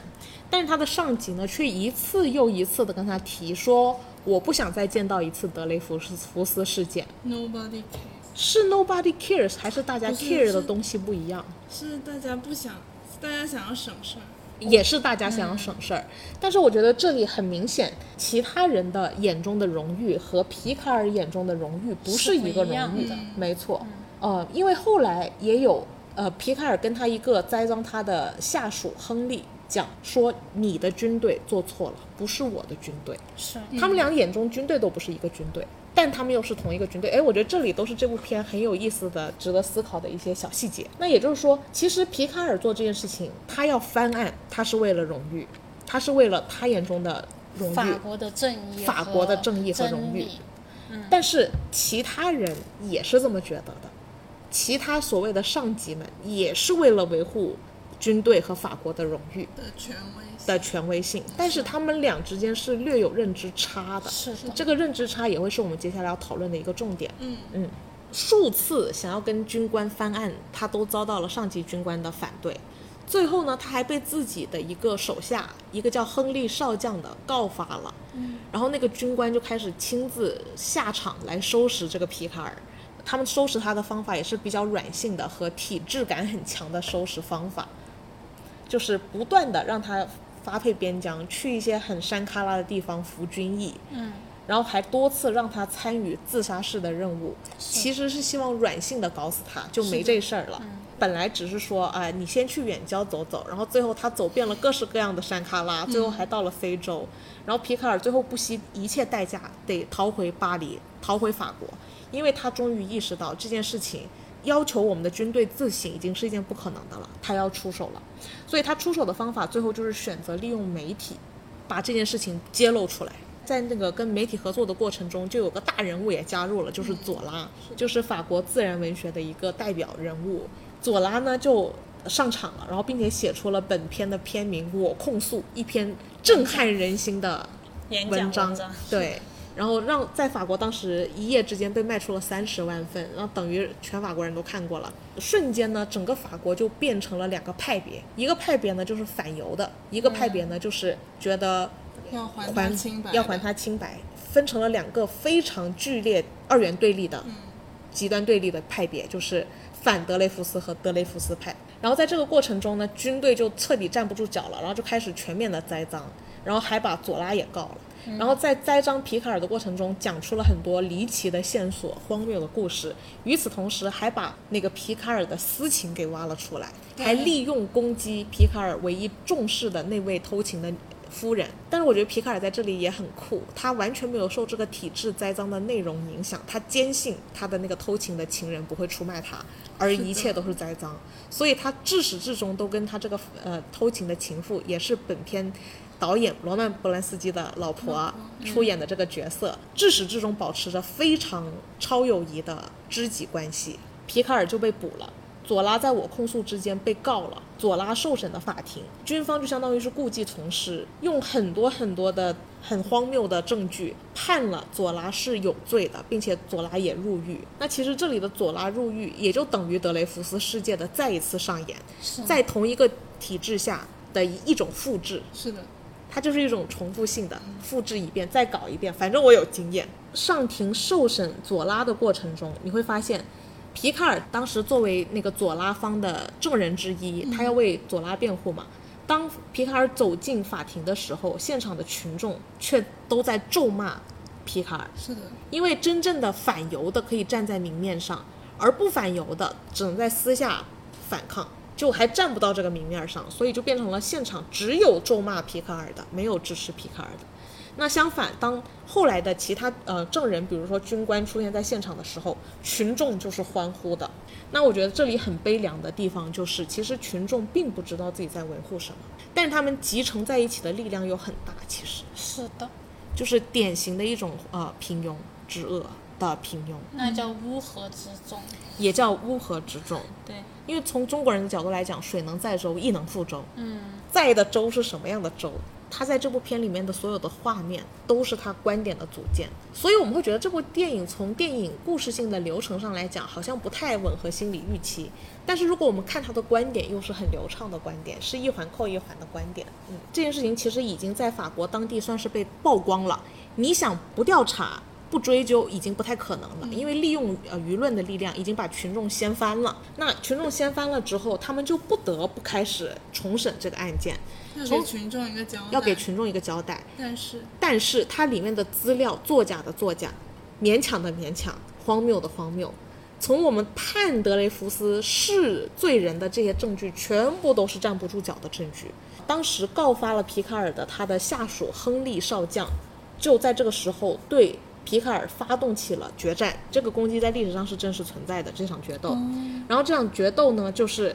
[SPEAKER 1] 但是他的上级呢，却一次又一次的跟他提说，我不想再见到一次德雷福斯福斯事件，
[SPEAKER 3] Nobody cares，
[SPEAKER 1] 是 nobody cares 还是大家
[SPEAKER 3] 不是
[SPEAKER 1] care 的
[SPEAKER 3] 是
[SPEAKER 1] 东西不一样？
[SPEAKER 3] 是大家不想，大家想要省事儿。
[SPEAKER 1] 也是大家想要省事儿。但是我觉得这里很明显，其他人的眼中的荣誉和皮卡尔眼中的荣誉不
[SPEAKER 2] 是
[SPEAKER 1] 是
[SPEAKER 2] 不
[SPEAKER 1] 一个
[SPEAKER 2] 一
[SPEAKER 1] 荣
[SPEAKER 2] 样
[SPEAKER 1] 誉
[SPEAKER 2] 的嗯
[SPEAKER 1] 没错。呃，因为后来也有呃，皮卡尔跟他一个栽赃他的下属亨利讲说，你的军队做错了，不是我的军队。
[SPEAKER 2] 是
[SPEAKER 1] 他们俩眼中军队都不是一个军队，但他们又是同一个军队。哎，我觉得这里都是这部片很有意思的、值得思考的一些小细节。那也就是说，其实皮卡尔做这件事情，他要翻案，他是为了荣誉，他是为了他眼中的荣誉。
[SPEAKER 2] 法国的正义和真理，
[SPEAKER 1] 法国的正义和荣誉但是其他人也是这么觉得的，其他所谓的上级们也是为了维护军队和法国的荣誉
[SPEAKER 3] 的权威性。
[SPEAKER 1] 的权威性，但是他们俩之间是略有认知差的。
[SPEAKER 2] 是的，
[SPEAKER 1] 这个认知差也会是我们接下来要讨论的一个重点。
[SPEAKER 3] 嗯
[SPEAKER 1] 嗯，数次想要跟军官翻案，他都遭到了上级军官的反对。最后呢，他还被自己的一个手下，一个叫亨利少将的告发了。嗯，然后那个军官就开始亲自下场来收拾这个皮卡尔。他们收拾他的方法也是比较软性的和体制感很强的收拾方法。就是不断的让他发配边疆，去一些很山旮旯的地方服军役，嗯，然后还多次让他参与自杀式的任务，其实是希望软性的嗯搞死他，就没这事儿了。本来只是说啊、你先去远郊走走，然后最后他走遍了各式各样的山旮旯，最后还到了非洲，然后皮卡尔最后不惜一切代价得逃回巴黎，逃回法国，因为他终于意识到这件事情。要求我们的军队自省已经是一件不可能的了，他要出手了。所以他出手的方法最后就是选择利用媒体，把这件事情揭露出来，在那个跟媒体合作的过程中，就有个大人物也加入了，就是左拉，就是法国自然文学的一个代表人物。左拉呢就上场了，然后并且写出了本片的片名《我控诉》，一篇震撼人心的
[SPEAKER 2] 演讲
[SPEAKER 1] 文章
[SPEAKER 2] 章，
[SPEAKER 1] 对，然后让在法国当时一夜之间被卖出了三十万份，然后等于全法国人都看过了。瞬间呢，整个法国就变成了两个派别，一个派别呢就是反犹的，一个派别呢就是觉得
[SPEAKER 3] 要还他
[SPEAKER 1] 还
[SPEAKER 3] 清白，
[SPEAKER 1] 要还。他清白，分成了两个非常剧烈二元对立的、
[SPEAKER 3] 嗯
[SPEAKER 1] 极端对立的派别，就是反德雷福斯和德雷福斯派。然后在这个过程中呢，军队就彻底站不住脚了，然后就开始全面的栽赃，然后还把左拉也告了。
[SPEAKER 3] 嗯
[SPEAKER 1] 然后在栽赃皮卡尔的过程中，讲出了很多离奇的线索、荒谬的故事。与此同时，还把那个皮卡尔的私情给挖了出来，还利用攻击皮卡尔唯一重视的那位偷情的夫人。但是我觉得皮卡尔在这里也很酷，他完全没有受这个体制栽赃的内容影响，他坚信他的那个偷情的情人不会出卖他，而一切都是栽赃，所以他至始至终都跟他这个呃偷情的情妇，也是本片。导演罗曼·波兰斯基的老婆出演的这个角色，至始至终保持着非常超友谊的知己关系。皮卡尔就被捕了，左拉在我控诉之间被告了，左拉受审的法庭，军方就相当于是故技重施，用很多很多的很荒谬的证据判了左拉是有罪的，并且左拉也入狱。那其实这里的左拉入狱，也就等于德雷福斯事件的再一次上演，在同一个体制下的一一种复制。
[SPEAKER 3] 是的，
[SPEAKER 1] 它就是一种重复性的，复制一遍再搞一遍，反正我有经验。上庭受审左拉的过程中，你会发现，皮卡尔当时作为那个左拉方的证人之一，他要为左拉辩护嘛。当皮卡尔走进法庭的时候，现场的群众却都在咒骂皮卡尔，
[SPEAKER 3] 是的，
[SPEAKER 1] 因为真正的反犹的可以站在明面上，而不反犹的只能在私下反抗，就还站不到这个明面上，所以就变成了现场只有咒骂皮卡尔的，没有支持皮卡尔的。那相反，当后来的其他呃证人，比如说军官出现在现场的时候，群众就是欢呼的。那我觉得这里很悲凉的地方就是，其实群众并不知道自己在维护什么，但是他们集成在一起的力量又很大，其实。
[SPEAKER 2] 是的，
[SPEAKER 1] 就是典型的一种呃平庸之恶的平庸，
[SPEAKER 2] 那叫乌合之众。
[SPEAKER 1] 也叫乌合之众。
[SPEAKER 2] 对，
[SPEAKER 1] 因为从中国人的角度来讲，水能载舟，亦能覆舟。嗯，载的舟是什么样的舟？他在这部片里面的所有的画面都是他观点的组件，所以我们会觉得这部电影从电影故事性的流程上来讲，好像不太吻合心理预期。但是如果我们看他的观点，又是很流畅的观点，是一环扣一环的观点。嗯，这件事情其实已经在法国当地算是被曝光了。你想不调查、不追究已经不太可能了，因为利用呃舆论的力量已经把群众掀翻了。那群众掀翻了之后，他们就不得不开始重审这个案件，
[SPEAKER 3] 要给
[SPEAKER 1] 从
[SPEAKER 3] 群众一个交代，
[SPEAKER 1] 要给群众一个交代。
[SPEAKER 3] 但是
[SPEAKER 1] 但是它里面的资料作假的作假，勉强的勉强，荒谬的荒谬。从我们判德雷福斯是罪人的这些证据，全部都是站不住脚的证据。当时告发了皮卡尔的他的下属亨利少将，就在这个时候对皮卡尔发动起了决战。这个攻击在历史上是真实存在的这场决斗。然后这场决斗呢，就是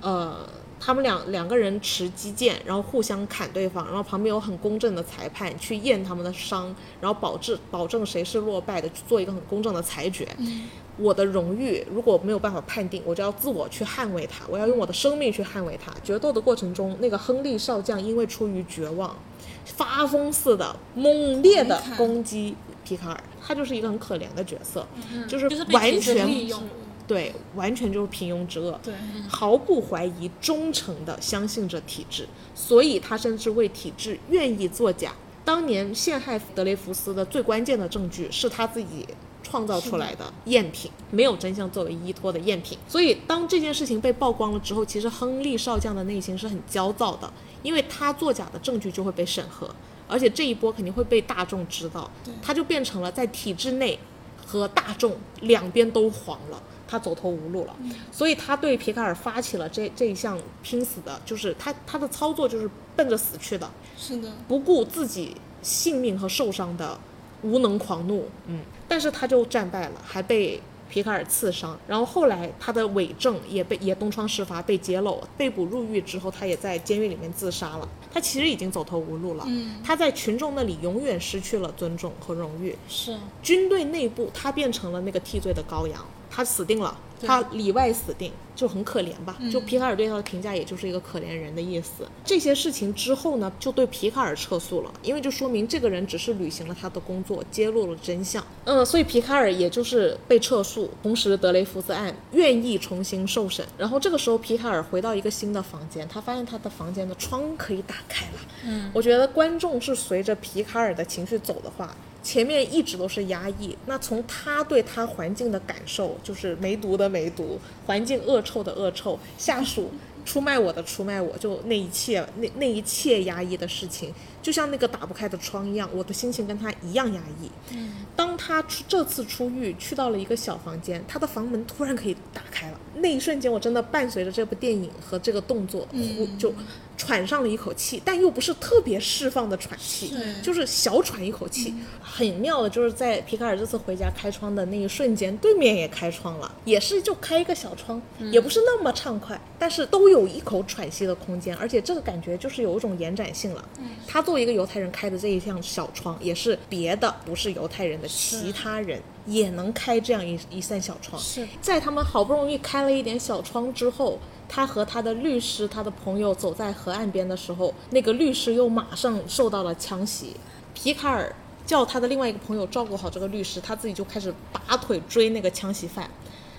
[SPEAKER 1] 呃，他们两两个人持击剑，然后互相砍对方，然后旁边有很公正的裁判去验他们的伤，然后保证保证谁是落败的，做一个很公正的裁决。
[SPEAKER 2] 嗯
[SPEAKER 1] 我的荣誉如果没有办法判定，我就要自我去捍卫它，我要用我的生命去捍卫它。决斗的过程中，那个亨利少将因为出于绝望，发疯似的猛烈的
[SPEAKER 3] 猛砍
[SPEAKER 1] 攻击皮卡尔，他就是一个很可怜的角色，就是
[SPEAKER 2] 嗯就是被
[SPEAKER 1] 完
[SPEAKER 2] 体制
[SPEAKER 1] 全
[SPEAKER 2] 利用。
[SPEAKER 1] 对，完全就是平庸之恶。
[SPEAKER 3] 对，
[SPEAKER 1] 毫不怀疑、忠诚地相信着体制，所以他甚至为体制愿意作假。当年陷害德雷福斯的最关键的证据是他自己创造出来的赝品，没有真相作为依托的赝品。所以当这件事情被曝光了之后，其实亨利少将的内心是很焦躁的，因为他作假的证据就会被审核，而且这一波肯定会被大众知道，他就变成了在体制内和大众两边都黄了，他走投无路了，所以他对皮卡尔发起了这这一项拼死的，就是他他的操作就是奔着死去的，
[SPEAKER 3] 是的，
[SPEAKER 1] 不顾自己性命和受伤的无能狂怒，嗯，但是他就战败了，还被皮卡尔刺伤，然后后来他的伪证也被也东窗事发被揭露，被捕入狱之后，他也在监狱里面自杀了。他其实已经走投无路了，嗯、他在群众那里永远失去了尊重和荣誉。
[SPEAKER 2] 是
[SPEAKER 1] 军队内部，他变成了那个替罪的羔羊，他死定了，
[SPEAKER 3] 对
[SPEAKER 1] 他里外死定，就很可怜吧？就皮卡尔对他的评价，也就是一个可怜人的意思。这些事情之后呢，就对皮卡尔撤诉了，因为就说明这个人只是履行了他的工作，揭露了真相。嗯，所以皮卡尔也就是被撤诉，同时德雷福斯案愿意重新受审。然后这个时候，皮卡尔回到一个新的房间，他发现他的房间的窗可以打开了。嗯，我觉得观众是随着皮卡尔的情绪走的话。前面一直都是压抑，那从他对他环境的感受，就是梅毒的梅毒，环境恶臭的恶臭，下属出卖我的出卖我，就那一切那那一切压抑的事情，就像那个打不开的窗一样，我的心情跟他一样压抑。嗯，当他出这次出狱，去到了一个小房间，他的房门突然可以打开了，那一瞬间我真的伴随着这部电影和这个动作，呼就喘上了一口气，但又不是特别释放的喘气，
[SPEAKER 3] 是
[SPEAKER 1] 就是小喘一口气，很妙的，就是在皮卡尔这次回家开窗的那一瞬间，对面也开窗了，也是就开一个小窗，也不是那么畅快，但是都有一口喘息的空间，而且这个感觉就是有一种延展性了。他作为一个犹太人开的这一项小窗，也是别的不是犹太人的其他人也能开这样一一扇小窗，
[SPEAKER 2] 是
[SPEAKER 1] 在他们好不容易开了一点小窗之后，他和他的律师、他的朋友走在河岸边的时候，那个律师又马上受到了枪袭。皮卡尔叫他的另外一个朋友照顾好这个律师，他自己就开始拔腿追那个枪袭犯。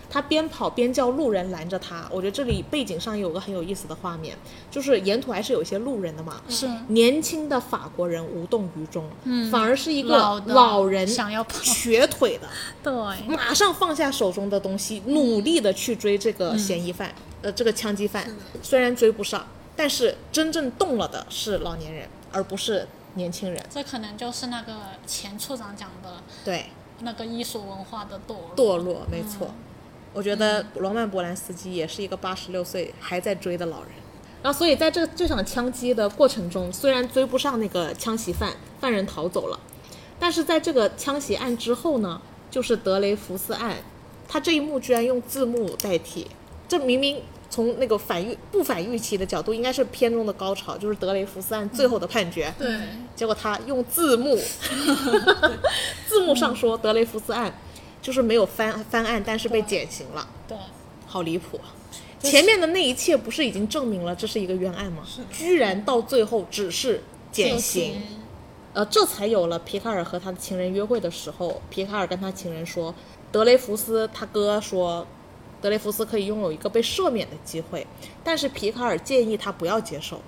[SPEAKER 1] 他边跑边叫路人拦着他。我觉得这里背景上有个很有意思的画面，就是沿途还是有一些路人的嘛。
[SPEAKER 2] 是
[SPEAKER 1] 年轻的法国人无动于衷，嗯，反而是一个
[SPEAKER 2] 老的
[SPEAKER 1] 老人
[SPEAKER 2] 想要跑
[SPEAKER 1] 瘸腿的，
[SPEAKER 2] 对，
[SPEAKER 1] 马上放下手中的东西，努力的去追这个嫌疑犯，呃，这个枪击犯。虽然追不上，但是真正动了的是老年人，而不是年轻人。
[SPEAKER 2] 这可能就是那个前处长讲的
[SPEAKER 1] 对，
[SPEAKER 2] 那个艺术文化的堕落。
[SPEAKER 1] 堕落，没错。我觉得罗曼·波兰斯基也是一个八十六岁还在追的老人。然后，所以在这这场枪击的过程中，虽然追不上那个枪袭犯，犯人逃走了，但是在这个枪袭案之后呢，就是德雷福斯案，他这一幕居然用字幕代替，这明明从那个反预不反预期的角度，应该是片中的高潮，就是德雷福斯案最后的判决。
[SPEAKER 3] 对，
[SPEAKER 1] 结果他用字 幕，字幕上说德雷福斯案就是没有翻翻案，但是被减刑了，
[SPEAKER 2] 对，
[SPEAKER 1] 好离谱啊！前面的那一切不是已经证明了这是一个冤案吗？居然到最后只是减刑，呃，这才有了皮卡尔和他的情人约会的时候，皮卡尔跟他情人说，德雷福斯他哥说，德雷福斯可以拥有一个被赦免的机会，但是皮卡尔建议他不要接受，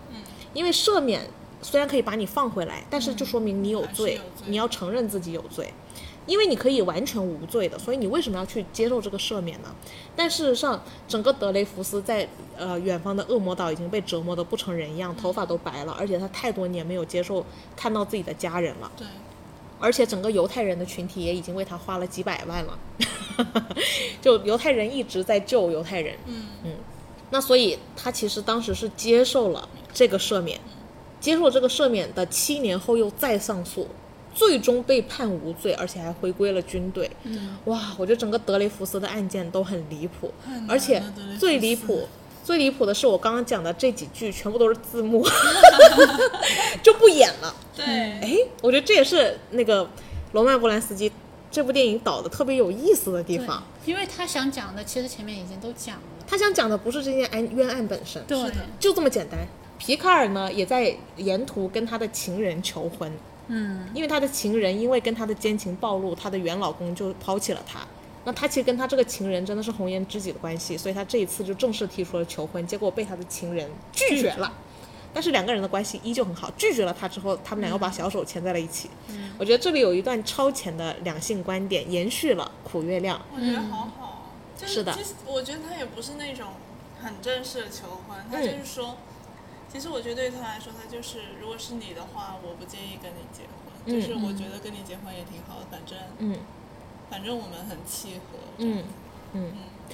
[SPEAKER 1] 因为赦免虽然可以把你放回来，但是就说明你有罪，
[SPEAKER 3] 还是有罪
[SPEAKER 1] 你要承认自己有罪。因为你可以完全无罪的，所以你为什么要去接受这个赦免呢？但事实上，整个德雷福斯在呃远方的恶魔岛已经被折磨得不成人样，头发都白了，而且他太多年没有接受看到自己的家人了。
[SPEAKER 3] 对，
[SPEAKER 1] 而且整个犹太人的群体也已经为他花了几百万了， 就犹太人一直在救犹太人。嗯那所以他其实当时是接受了这个赦免，接受这个赦免的七年后又再上诉，最终被判无罪，而且还回归了军队。嗯，哇，我觉得整个德雷福斯的案件都很离谱
[SPEAKER 3] 太难，了啊
[SPEAKER 1] 而且
[SPEAKER 3] 德雷福
[SPEAKER 1] 最离
[SPEAKER 3] 斯
[SPEAKER 1] 谱。最离谱的是，我刚刚讲的这几句全部都是字幕， 就不演了。
[SPEAKER 3] 对，
[SPEAKER 1] 哎，我觉得这也是那个罗曼·波兰斯基这部电影导的特别有意思的地
[SPEAKER 2] 对
[SPEAKER 1] 方。，
[SPEAKER 2] 因为他想讲的其实前面已经都讲了。
[SPEAKER 1] 他想讲的不是这件案冤案本身，
[SPEAKER 2] 对，
[SPEAKER 1] 就这么简单。皮卡尔呢，也在沿途跟他的情人求婚，
[SPEAKER 2] 嗯，
[SPEAKER 1] 因为他的情人因为跟他的奸情暴露，他的原老公就抛弃了他。那他其实跟他这个情人真的是红颜知己的关系，所以他这一次就正式提出了求婚，结果被他的情人拒绝了。但是两个人的关系依旧很好，拒绝了他之后，他们俩又把小手牵在了一起。嗯、我觉得这里有一段超前的两性观点，延续了苦月亮。
[SPEAKER 3] 我觉得好好，就是
[SPEAKER 1] 的
[SPEAKER 3] 其实我觉得他也不是那种很正式的求婚，他
[SPEAKER 1] 嗯
[SPEAKER 3] 就是说，其实我觉得对他来说，他就是如果是你的话，我不介意跟你结婚，就是我觉得跟你结婚也挺好的，反正
[SPEAKER 1] 嗯
[SPEAKER 3] 反正我们很契合。
[SPEAKER 1] 嗯，
[SPEAKER 3] 嗯，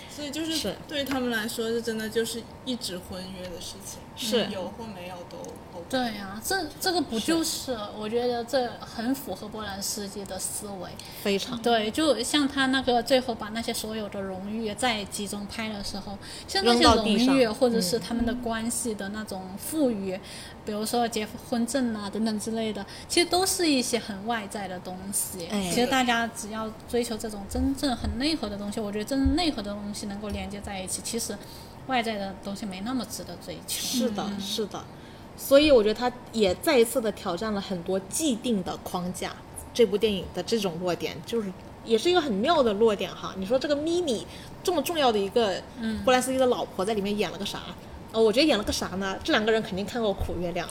[SPEAKER 3] 所以就是
[SPEAKER 1] 是
[SPEAKER 3] 对他们来说，这真的就是一纸婚约的事情，
[SPEAKER 1] 是
[SPEAKER 3] 你有或没有都 OK。
[SPEAKER 2] 对呀、这这个不就是我觉得这很符合波兰斯基的思维。
[SPEAKER 1] 非常
[SPEAKER 2] 对，就像他那个最后把那些所有的荣誉在集中拍的时候，像那
[SPEAKER 1] 扔
[SPEAKER 2] 些
[SPEAKER 1] 到
[SPEAKER 2] 荣
[SPEAKER 1] 地上
[SPEAKER 2] 誉或者是他们的关系的那种赋予，比如说结婚证啊等等之类的，其实都是一些很外在的东西。
[SPEAKER 1] 哎
[SPEAKER 2] 其实大家只要追求这种真正很内核的东西，我觉得真正内核的东西能够连接在一起，其实外在的东西没那么值得追求。
[SPEAKER 1] 是的，是的。所以我觉得他也再一次的挑战了很多既定的框架。这部电影的这种落点，就是也是一个很妙的落点哈。你说这个咪咪这么重要的一个
[SPEAKER 2] 嗯
[SPEAKER 1] 波兰斯基的老婆在里面演了个啥？呃，我觉得演了个啥呢？这两个人肯定看过《苦月 亮》，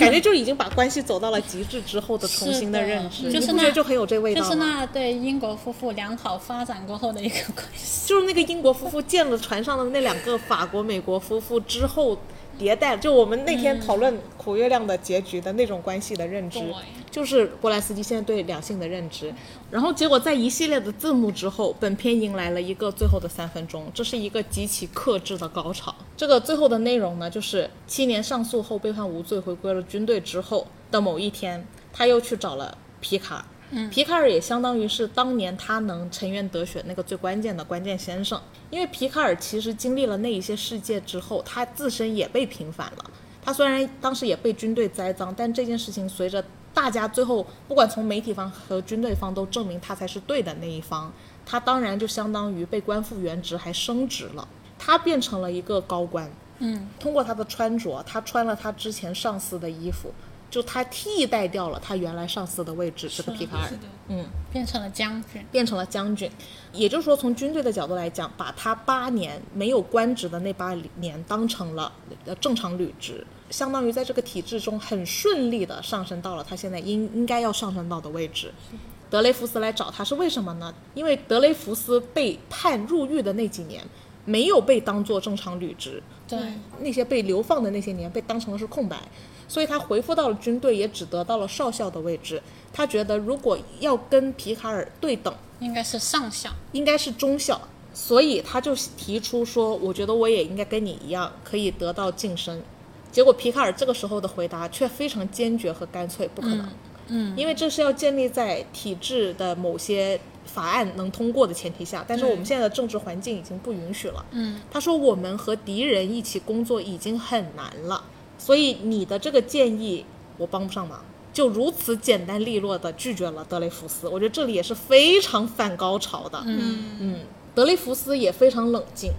[SPEAKER 1] 感觉就已经把关系走到了极致之后的重
[SPEAKER 2] 是
[SPEAKER 1] 新
[SPEAKER 2] 的
[SPEAKER 1] 认知，
[SPEAKER 2] 就
[SPEAKER 1] 你
[SPEAKER 2] 是
[SPEAKER 1] 不觉
[SPEAKER 2] 那
[SPEAKER 1] 得就很有这味道
[SPEAKER 2] 就
[SPEAKER 1] 吗？
[SPEAKER 2] 是那对英国夫妇良好发展过后的一个关系。
[SPEAKER 1] 就是那个英国夫妇见了船上的那两个法国、美国夫妇之后迭代，就我们那天讨论《苦月亮》的结局的那种关系的认知
[SPEAKER 2] 对，
[SPEAKER 1] 就是波兰斯基现在对两性的认知。然后结果在一系列的字幕之后，本片迎来了一个最后的三分钟，这是一个极其克制的高潮。这个最后的内容呢，就是七年上诉后被判无罪，回归了军队之后的某一天，他又去找了皮卡尔。皮卡尔也相当于是当年他能沉冤得雪那个最关键的关键先生，因为皮卡尔其实经历了那一些事件之后，他自身也被平反了。他虽然当时也被军队栽赃，但这件事情随着大家最后不管从媒体方和军队方都证明他才是对的那一方，他当然就相当于被官复原职还升职了，他变成了一个高官。嗯，通过他的穿着，他穿了他之前上司的衣服，就他替代掉了他原来上司啊的位置。这个皮卡尔，嗯
[SPEAKER 2] 变成了将军。
[SPEAKER 1] 变成了将军。也就是说，从军队的角度来讲，把他八年没有官职的那八年当成了呃正常履职，相当于在这个体制中很顺利的上升到了他现在应应该要上升到的位置。德雷福斯来找他是为什么呢？因为德雷福斯被判入狱的那几年，没有被当做正常履职，
[SPEAKER 2] 对，
[SPEAKER 1] 那些被流放的那些年被当成了是空白，所以他回复到了军队，也只得到了少校的位置。他觉得如果要跟皮卡尔对等，
[SPEAKER 2] 应该是上校。
[SPEAKER 1] 应该是中校，所以他就提出说，我觉得我也应该跟你一样，可以得到晋升。结果皮卡尔这个时候的回答却非常坚决和干脆，不可能。嗯，因为这是要建立在体制的某些法案能通过的前提下，但是我们现在的政治环境已经不允许了。嗯，他说我们和敌人一起工作已经很难了，所以你的这个建议我帮不上忙。就如此简单利落的拒绝了德雷福斯，我觉得这里也是非常反高潮的。
[SPEAKER 3] 嗯，
[SPEAKER 1] 嗯，德雷福斯也非常冷静，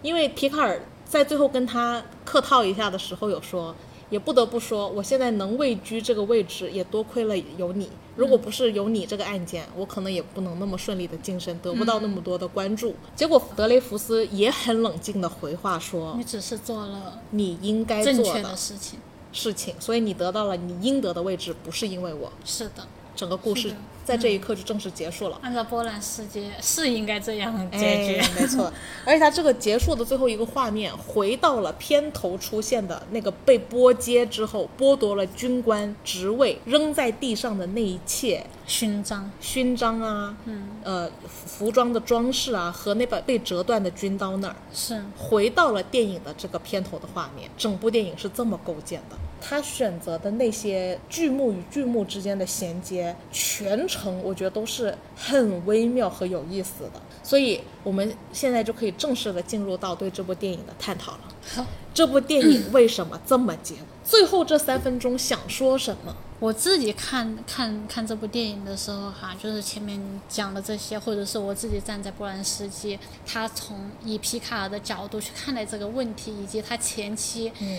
[SPEAKER 1] 因为皮卡尔在最后跟他客套一下的时候有说，也不得不说，我现在能位居这个位置，也多亏了有你。如果不是有你这个案件，我可能也不能那么顺利的晋升，得不到那么多的关注。
[SPEAKER 2] 嗯
[SPEAKER 1] 结果德雷福斯也很冷静的回话说
[SPEAKER 2] 你，只是做了
[SPEAKER 1] 你应哦该
[SPEAKER 2] 正
[SPEAKER 1] 做
[SPEAKER 2] 确
[SPEAKER 1] 的
[SPEAKER 2] 事情。
[SPEAKER 1] 事情，所以你得到了你应得的位置，不是因为我。
[SPEAKER 2] 是的，
[SPEAKER 1] 整个故事在这一刻就正式结束了。
[SPEAKER 2] 按照波兰世界是应该这样解决。
[SPEAKER 1] 哎、没 错。而且它这个结束的最后一个画面，回到了片头出现的那个被波接之后，剥夺了军官职位，扔在地上的那一切
[SPEAKER 2] 勋章，
[SPEAKER 1] 勋章啊，嗯，呃，服装的装饰啊，和那把被折断的军刀那儿，
[SPEAKER 2] 是
[SPEAKER 1] 回到了电影的这个片头的画面。整部电影是这么构建的，他选择的那些剧目与剧目之间的衔接，全程我觉得都是很微妙和有意思的。所以我们现在就可以正式的进入到对这部电影的探讨了。
[SPEAKER 2] 好。
[SPEAKER 1] 这部电影为什么这么结？最后这三分钟想说什么？
[SPEAKER 2] 我自己看看看这部电影的时候哈、就是前面讲的这些，或者是我自己站在波兰斯基，他从以皮卡尔的角度去看待这个问题，以及他前期，嗯，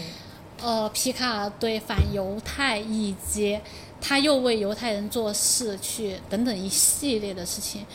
[SPEAKER 2] 呃，皮卡尔对反犹太以及他又为犹太人做事去等等一系列的事情，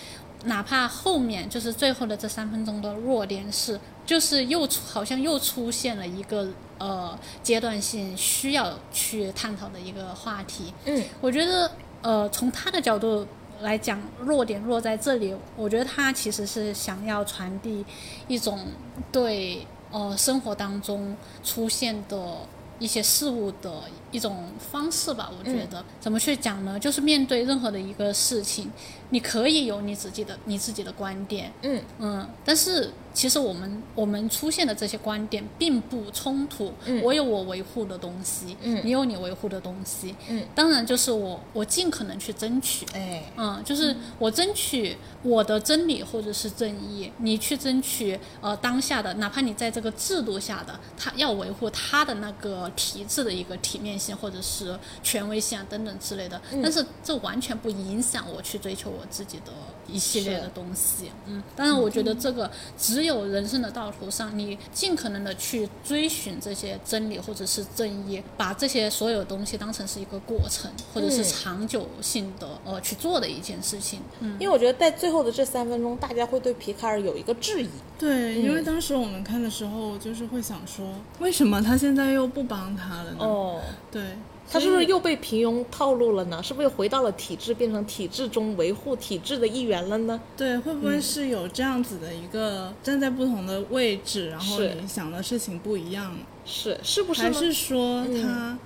[SPEAKER 2] 哪怕后面就是最后的这三分钟的弱点是，就是又出好像又出现了一个呃阶段性需要去探讨的一个话题。
[SPEAKER 1] 嗯，
[SPEAKER 2] 我觉得呃从他的角度来讲，弱点落在这里，我觉得他其实是想要传递一种对呃生活当中出现的。一些事物的一种方式吧，我
[SPEAKER 1] 嗯
[SPEAKER 2] 觉得、怎么去讲呢？就是面对任何的一个事情，你可以有你自己的你自己的观点，
[SPEAKER 1] 嗯
[SPEAKER 2] 嗯，但是其实我们我们出现的这些观点并不冲突，
[SPEAKER 1] 嗯
[SPEAKER 2] 我有我维护的东西，你有你维护的东西，
[SPEAKER 1] 嗯，
[SPEAKER 2] 当然就是我我尽可能去争取，
[SPEAKER 1] 哎，
[SPEAKER 2] 嗯，就是我争取我的真理或者是正义，你去争取呃当下的，哪怕你在这个制度下的，他要维护他的那个体制的一个体面性或者是权威性啊等等之类的，但是这完全不影响我去追求我自己的一系列的东西。嗯，当然我觉得这个只有人生的道途上，你尽可能的去追寻这些真理或者是正义，把这些所有东西当成是一个过程或者是
[SPEAKER 1] 嗯
[SPEAKER 2] 长久性的呃去做的一件事情。嗯，
[SPEAKER 1] 因为我觉得在最后的这三分钟，大家会对皮卡尔有一个质疑，
[SPEAKER 3] 对，因为当时我们看的时候，就是会想说，为什么他现在又不帮他了呢？
[SPEAKER 1] 嗯哦，
[SPEAKER 3] 对，
[SPEAKER 1] 他是不
[SPEAKER 3] 所
[SPEAKER 1] 是
[SPEAKER 3] 以
[SPEAKER 1] 又被平庸套路了呢？是不是又回到了体制，变成体制中维护体制的一员了呢？
[SPEAKER 3] 对，会不会是有这样子的一个站在不同的位置，然后
[SPEAKER 1] 是
[SPEAKER 3] 你想的事情不一样，
[SPEAKER 1] 是，是不是嗯
[SPEAKER 3] 还
[SPEAKER 1] 呢？
[SPEAKER 3] 是说他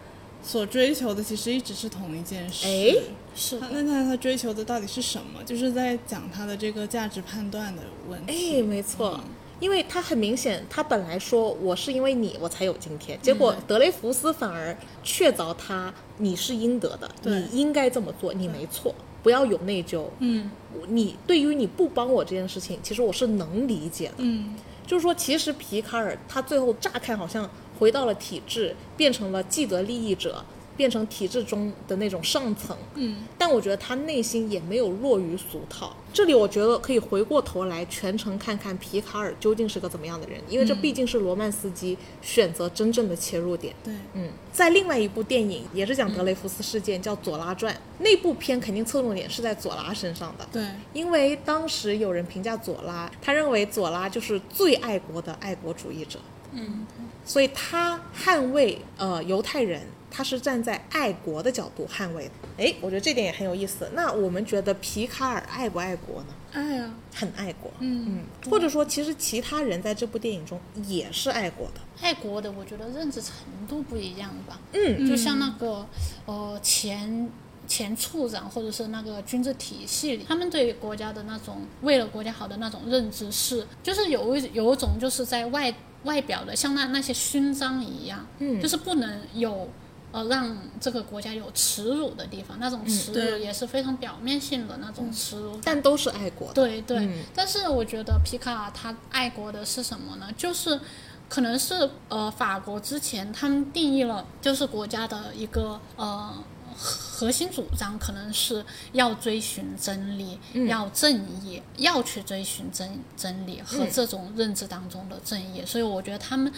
[SPEAKER 3] 所追求的其实一直是同一件事？
[SPEAKER 1] 哎
[SPEAKER 2] 是
[SPEAKER 3] 他
[SPEAKER 2] 的，
[SPEAKER 3] 那那他追求的到底是什么？就是在讲他的这个价值判断的问题。嗯
[SPEAKER 1] 哎，没错，因为他很明显，他本来说我是因为你我才有今天，结
[SPEAKER 3] 嗯
[SPEAKER 1] 果德雷福斯反而确凿他你是应得的，
[SPEAKER 3] 对
[SPEAKER 1] 你应该这么做，你没错，不要有内疚。
[SPEAKER 3] 嗯
[SPEAKER 1] 我你对于你不帮我这件事情，其实我是能理解的。
[SPEAKER 3] 嗯，
[SPEAKER 1] 就是说，其实皮卡尔他最后乍看好像回到了体制，变成了既得利益者，变成体制中的那种上层。
[SPEAKER 3] 嗯，
[SPEAKER 1] 但我觉得他内心也没有落于俗套。这里我觉得可以回过头来全程看看皮卡尔究竟是个怎么样的人，因为这毕竟是罗曼斯基选择真正的切入点。
[SPEAKER 3] 对，
[SPEAKER 1] 嗯，在另外一部电影也是讲德雷福斯事件，叫《左拉传》，那部片肯定侧重点是在左拉身上的。
[SPEAKER 3] 对，
[SPEAKER 1] 因为当时有人评价左拉，他认为左拉就是最爱国的爱国主义者，
[SPEAKER 2] 嗯，
[SPEAKER 1] 所以他捍卫呃犹太人，他是站在爱国的角度捍卫的。哎，我觉得这点也很有意思。那我们觉得皮卡尔爱不爱国呢？
[SPEAKER 3] 爱啊，
[SPEAKER 1] 很爱国，
[SPEAKER 3] 嗯，
[SPEAKER 1] 嗯，或者说其实其他人在这部电影中也是爱国的。
[SPEAKER 2] 爱国的我觉得认知程度不一样吧。
[SPEAKER 1] 嗯，
[SPEAKER 2] 就像那个呃前前处长或者是那个军政体系里，他们对于国家的那种为了国家好的那种认知是，就是有一有一种就是在外外表的像那那些勋章一样，
[SPEAKER 1] 嗯
[SPEAKER 2] 就是不能有。呃，让这个国家有耻辱的地方，那种耻辱
[SPEAKER 1] 嗯
[SPEAKER 3] 对
[SPEAKER 2] 也是非常表面性的那种耻辱感
[SPEAKER 1] 但都是爱国的。
[SPEAKER 2] 对对，
[SPEAKER 3] 嗯
[SPEAKER 2] 但是我觉得皮卡尔他爱国的是什么呢？就是可能是呃法国之前他们定义了，就是国家的一个呃。核心主张可能是要追寻真理，
[SPEAKER 3] 嗯
[SPEAKER 2] 要正义，要去追寻真真理和这种认知当中的正
[SPEAKER 3] 嗯
[SPEAKER 2] 义。所以我觉得他们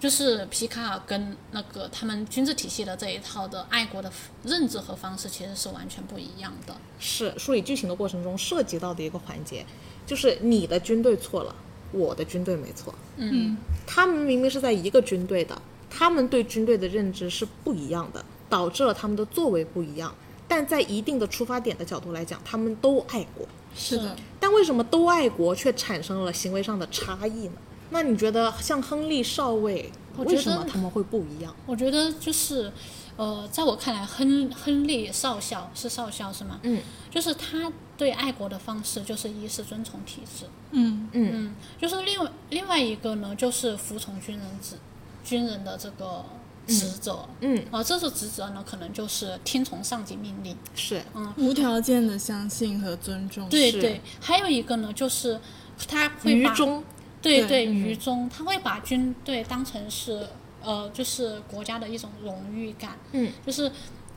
[SPEAKER 2] 就是皮卡尔跟那个他们军事体系的这一套的爱国的认知和方式其实是完全不一样的。
[SPEAKER 1] 是梳理剧情的过程中涉及到的一个环节，就是你的军队错了，我的军队没错。
[SPEAKER 3] 嗯，
[SPEAKER 1] 他们明明是在一个军队的，他们对军队的认知是不一样的，导致了他们的作为不一样。但在一定的出发点的角度来讲，他们都爱国。
[SPEAKER 3] 是的，
[SPEAKER 1] 但为什么都爱国却产生了行为上的差异呢？那你觉得像亨利少尉，
[SPEAKER 2] 我
[SPEAKER 1] 为
[SPEAKER 2] 觉
[SPEAKER 1] 什
[SPEAKER 2] 得
[SPEAKER 1] 么他们会不一样？
[SPEAKER 2] 我觉得就是，呃，在我看来，亨亨利少校是少校是吗？
[SPEAKER 1] 嗯，
[SPEAKER 2] 就是他对爱国的方式，就是一是遵从体制，
[SPEAKER 3] 嗯
[SPEAKER 2] 嗯，就是另外另外一个呢，就是服从军人职军人的这个职责，
[SPEAKER 1] 嗯，
[SPEAKER 2] 啊、这种职责呢，可能就是听从上级命令，
[SPEAKER 1] 是，
[SPEAKER 3] 无条件的相信和尊重。
[SPEAKER 2] 对
[SPEAKER 1] 是
[SPEAKER 2] 对，还有一个呢，就是他会
[SPEAKER 1] 愚
[SPEAKER 2] 把
[SPEAKER 1] 忠，
[SPEAKER 2] 对
[SPEAKER 3] 对
[SPEAKER 2] 对，
[SPEAKER 1] 嗯
[SPEAKER 2] 于中他会把军队当成是呃，就是国家的一种荣誉感，
[SPEAKER 1] 嗯，
[SPEAKER 2] 就是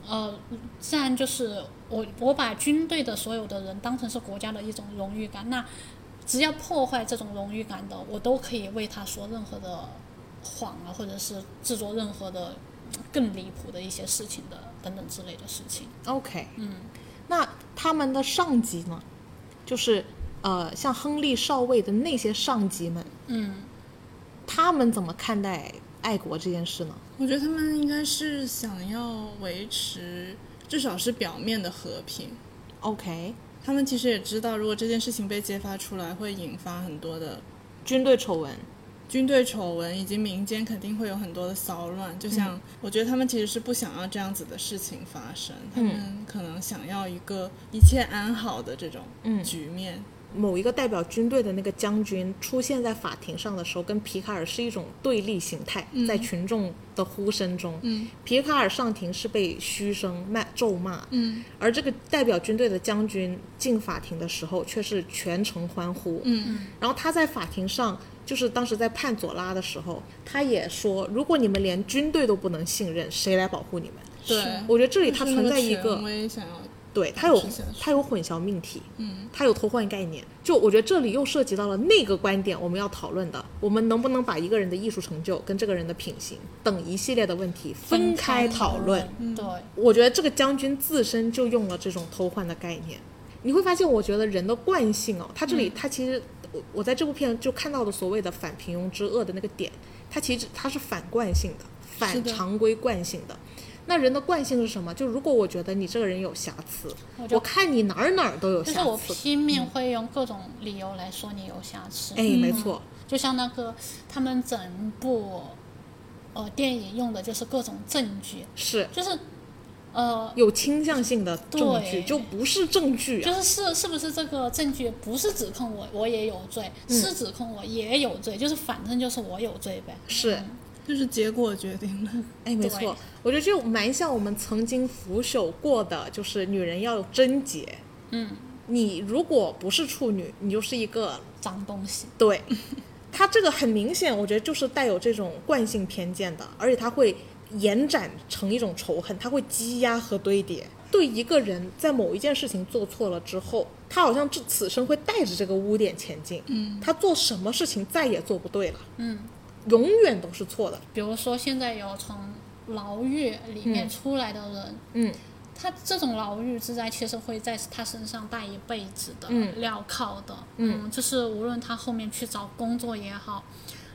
[SPEAKER 2] 呃，自然就是我我把军队的所有的人当成是国家的一种荣誉感，那只要破坏这种荣誉感的，我都可以为他说任何的谎啊，或者是制作任何的更离谱的一些事情的等等之类的事情。
[SPEAKER 1] OK，嗯，那他们的上级呢？就是呃，像亨利少尉的那些上级们，
[SPEAKER 2] 嗯，
[SPEAKER 1] 他们怎么看待爱国这件事呢？
[SPEAKER 3] 我觉得他们应该是想要维持至少是表面的和平。
[SPEAKER 1] OK，
[SPEAKER 3] 他们其实也知道，如果这件事情被揭发出来，会引发很多的
[SPEAKER 1] 军队丑闻，
[SPEAKER 3] 军队丑闻，以及民间肯定会有很多的骚乱。就像、我觉得他们其实是不想要这样子的事情发生，他们可能想要一个一切安好的这种
[SPEAKER 1] 嗯
[SPEAKER 3] 局面。
[SPEAKER 1] 某一个代表军队的那个将军出现在法庭上的时候，跟皮卡尔是一种对立形态，在群众的呼声中，
[SPEAKER 3] 嗯
[SPEAKER 1] 皮卡尔上庭是被嘘声骂咒骂，
[SPEAKER 3] 嗯
[SPEAKER 1] 而这个代表军队的将军进法庭的时候却是全程欢呼，
[SPEAKER 3] 嗯
[SPEAKER 1] 然后他在法庭上，就是当时在判佐拉的时候，他也说，如果你们连军队都不能信任，谁来保护你们？
[SPEAKER 3] 对
[SPEAKER 1] 是我觉得这里它
[SPEAKER 3] 嗯啊就是
[SPEAKER 1] 存在一
[SPEAKER 3] 那
[SPEAKER 1] 个
[SPEAKER 3] 权威想要
[SPEAKER 1] 对，它有
[SPEAKER 3] 是是是
[SPEAKER 1] 它有混淆命题，
[SPEAKER 3] 嗯，
[SPEAKER 1] 它有偷换概念。就我觉得这里又涉及到了那个观点，我们要讨论的，我们能不能把一个人的艺术成就跟这个人的品行等一系列的问题分开讨论？，嗯
[SPEAKER 2] 对，
[SPEAKER 1] 我觉得这个将军自身就用了这种偷换的概念。你会发现，我觉得人的惯性哦，他这
[SPEAKER 2] 嗯
[SPEAKER 1] 里他其实我我在这部片就看到的所谓的反平庸之恶的那个点，它其实它是反惯性的，
[SPEAKER 3] 是
[SPEAKER 1] 反
[SPEAKER 3] 的
[SPEAKER 1] 常规惯性的。那人的惯性是什么？就如果我觉得你这个人有瑕疵，
[SPEAKER 2] 我就
[SPEAKER 1] 我看你哪儿哪儿都有
[SPEAKER 2] 就
[SPEAKER 1] 瑕
[SPEAKER 2] 是我
[SPEAKER 1] 疵。
[SPEAKER 2] 拼命会用各种理由来说你有瑕疵，
[SPEAKER 1] 嗯哎，没错，
[SPEAKER 2] 就像那个他们整部呃电影用的就是各种证据，
[SPEAKER 1] 是
[SPEAKER 2] 就是呃。
[SPEAKER 1] 有倾向性的证据，
[SPEAKER 2] 对
[SPEAKER 1] 就不是证据
[SPEAKER 2] 就
[SPEAKER 1] 啊。
[SPEAKER 2] 是是是不是这个证据不是指控我我也有罪，是指控我也有罪，就是反正就是我有罪呗。
[SPEAKER 1] 是，
[SPEAKER 3] 就是结果决定了，
[SPEAKER 1] 哎，没
[SPEAKER 2] 对
[SPEAKER 1] 错，我觉得就蛮像我们曾经腐朽过的，就是女人要有贞洁。
[SPEAKER 2] 嗯，
[SPEAKER 1] 你如果不是处女，你就是一个
[SPEAKER 2] 脏东西。
[SPEAKER 1] 对。它这个很明显，我觉得就是带有这种惯性偏见的，而且它会延展成一种仇恨，它会积压和堆叠。对一个人在某一件事情做错了之后，他好像这此生会带着这个污点前进。嗯，他做什么事情再也做不对了。嗯，永远都是错的。
[SPEAKER 2] 比如说现在有从牢狱里面出来的人，
[SPEAKER 1] 嗯，
[SPEAKER 2] 他这种牢狱之灾其实会在他身上带一辈子的
[SPEAKER 1] 嗯
[SPEAKER 2] 镣铐的，嗯就是无论他后面去找工作也好，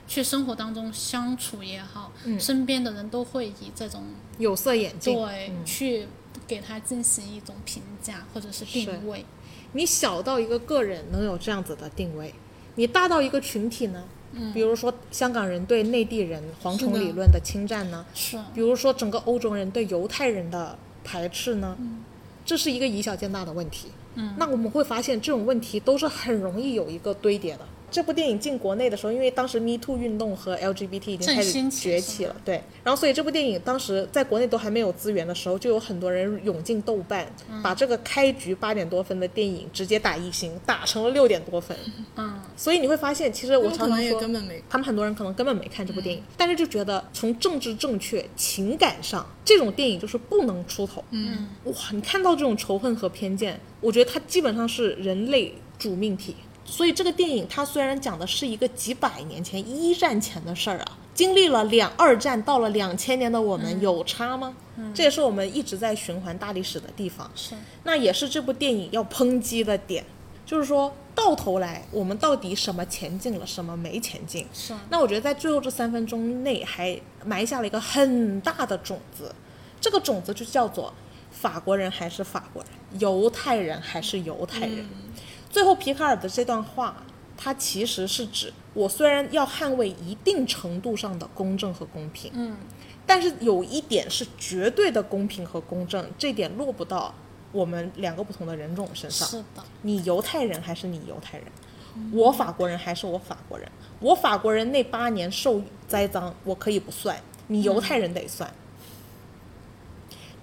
[SPEAKER 2] 去生活当中相处也好，身边的人都会以这种
[SPEAKER 1] 有色眼镜。
[SPEAKER 2] 对、嗯去给他进行一种评价或者是定位，
[SPEAKER 1] 你小到一个个人能有这样子的定位，你大到一个群体呢？比如说香港人对内地人蝗虫
[SPEAKER 3] 嗯是的
[SPEAKER 1] 理论的侵占呢，
[SPEAKER 2] 是
[SPEAKER 1] 比如说整个欧洲人对犹太人的排斥呢，这是一个以小见大的问题。嗯，那我们会发现这种问题都是很容易有一个堆叠的。这部电影进国内的时候，因为当时 Me Too 运动和 LGBT 已经开
[SPEAKER 2] 正
[SPEAKER 1] 始
[SPEAKER 2] 兴起
[SPEAKER 1] 崛
[SPEAKER 2] 是
[SPEAKER 1] 起
[SPEAKER 2] 吗
[SPEAKER 1] 了，对，然后所以这部电影当时在国内都还没有资源的时候，就有很多人涌进豆瓣，把这个开局八点多分的电影直接打一星，打成了六点多分。
[SPEAKER 2] 嗯，
[SPEAKER 1] 所以你会发现，其实我常
[SPEAKER 3] 他们可
[SPEAKER 1] 常
[SPEAKER 3] 能也
[SPEAKER 1] 说，
[SPEAKER 3] 根本没
[SPEAKER 1] 他们很多人可能根本没看这部电影，但是就觉得从政治正确、情感上，这种电影就是不能出头。嗯，哇，你看到这种仇恨和偏见，我觉得它基本上是人类主命题。所以这个电影它虽然讲的是一个几百年前一战前的事儿啊，经历了两二战到了两千年的我们、有差吗？这也是我们一直在循环大历史的地方。
[SPEAKER 2] 是
[SPEAKER 1] 那也是这部电影要抨击的点，就是说到头来我们到底什么前进了，什么没前进。
[SPEAKER 2] 是
[SPEAKER 1] 那我觉得在最后这三分钟内还埋下了一个很大的种子，这个种子就叫做法国人还是法国人，犹太人还是犹太人。最后皮卡尔的这段话，它其实是指我虽然要捍卫一定程度上的公正和公平，
[SPEAKER 2] 嗯，
[SPEAKER 1] 但是有一点是绝对的公平和公正，这点落不到我们两个不同的人种身上。
[SPEAKER 2] 是的，
[SPEAKER 1] 你犹太人还是你犹太人，我法国人还是我法国人，我法国人那八年受栽赃，我可以不算，你犹太人得算。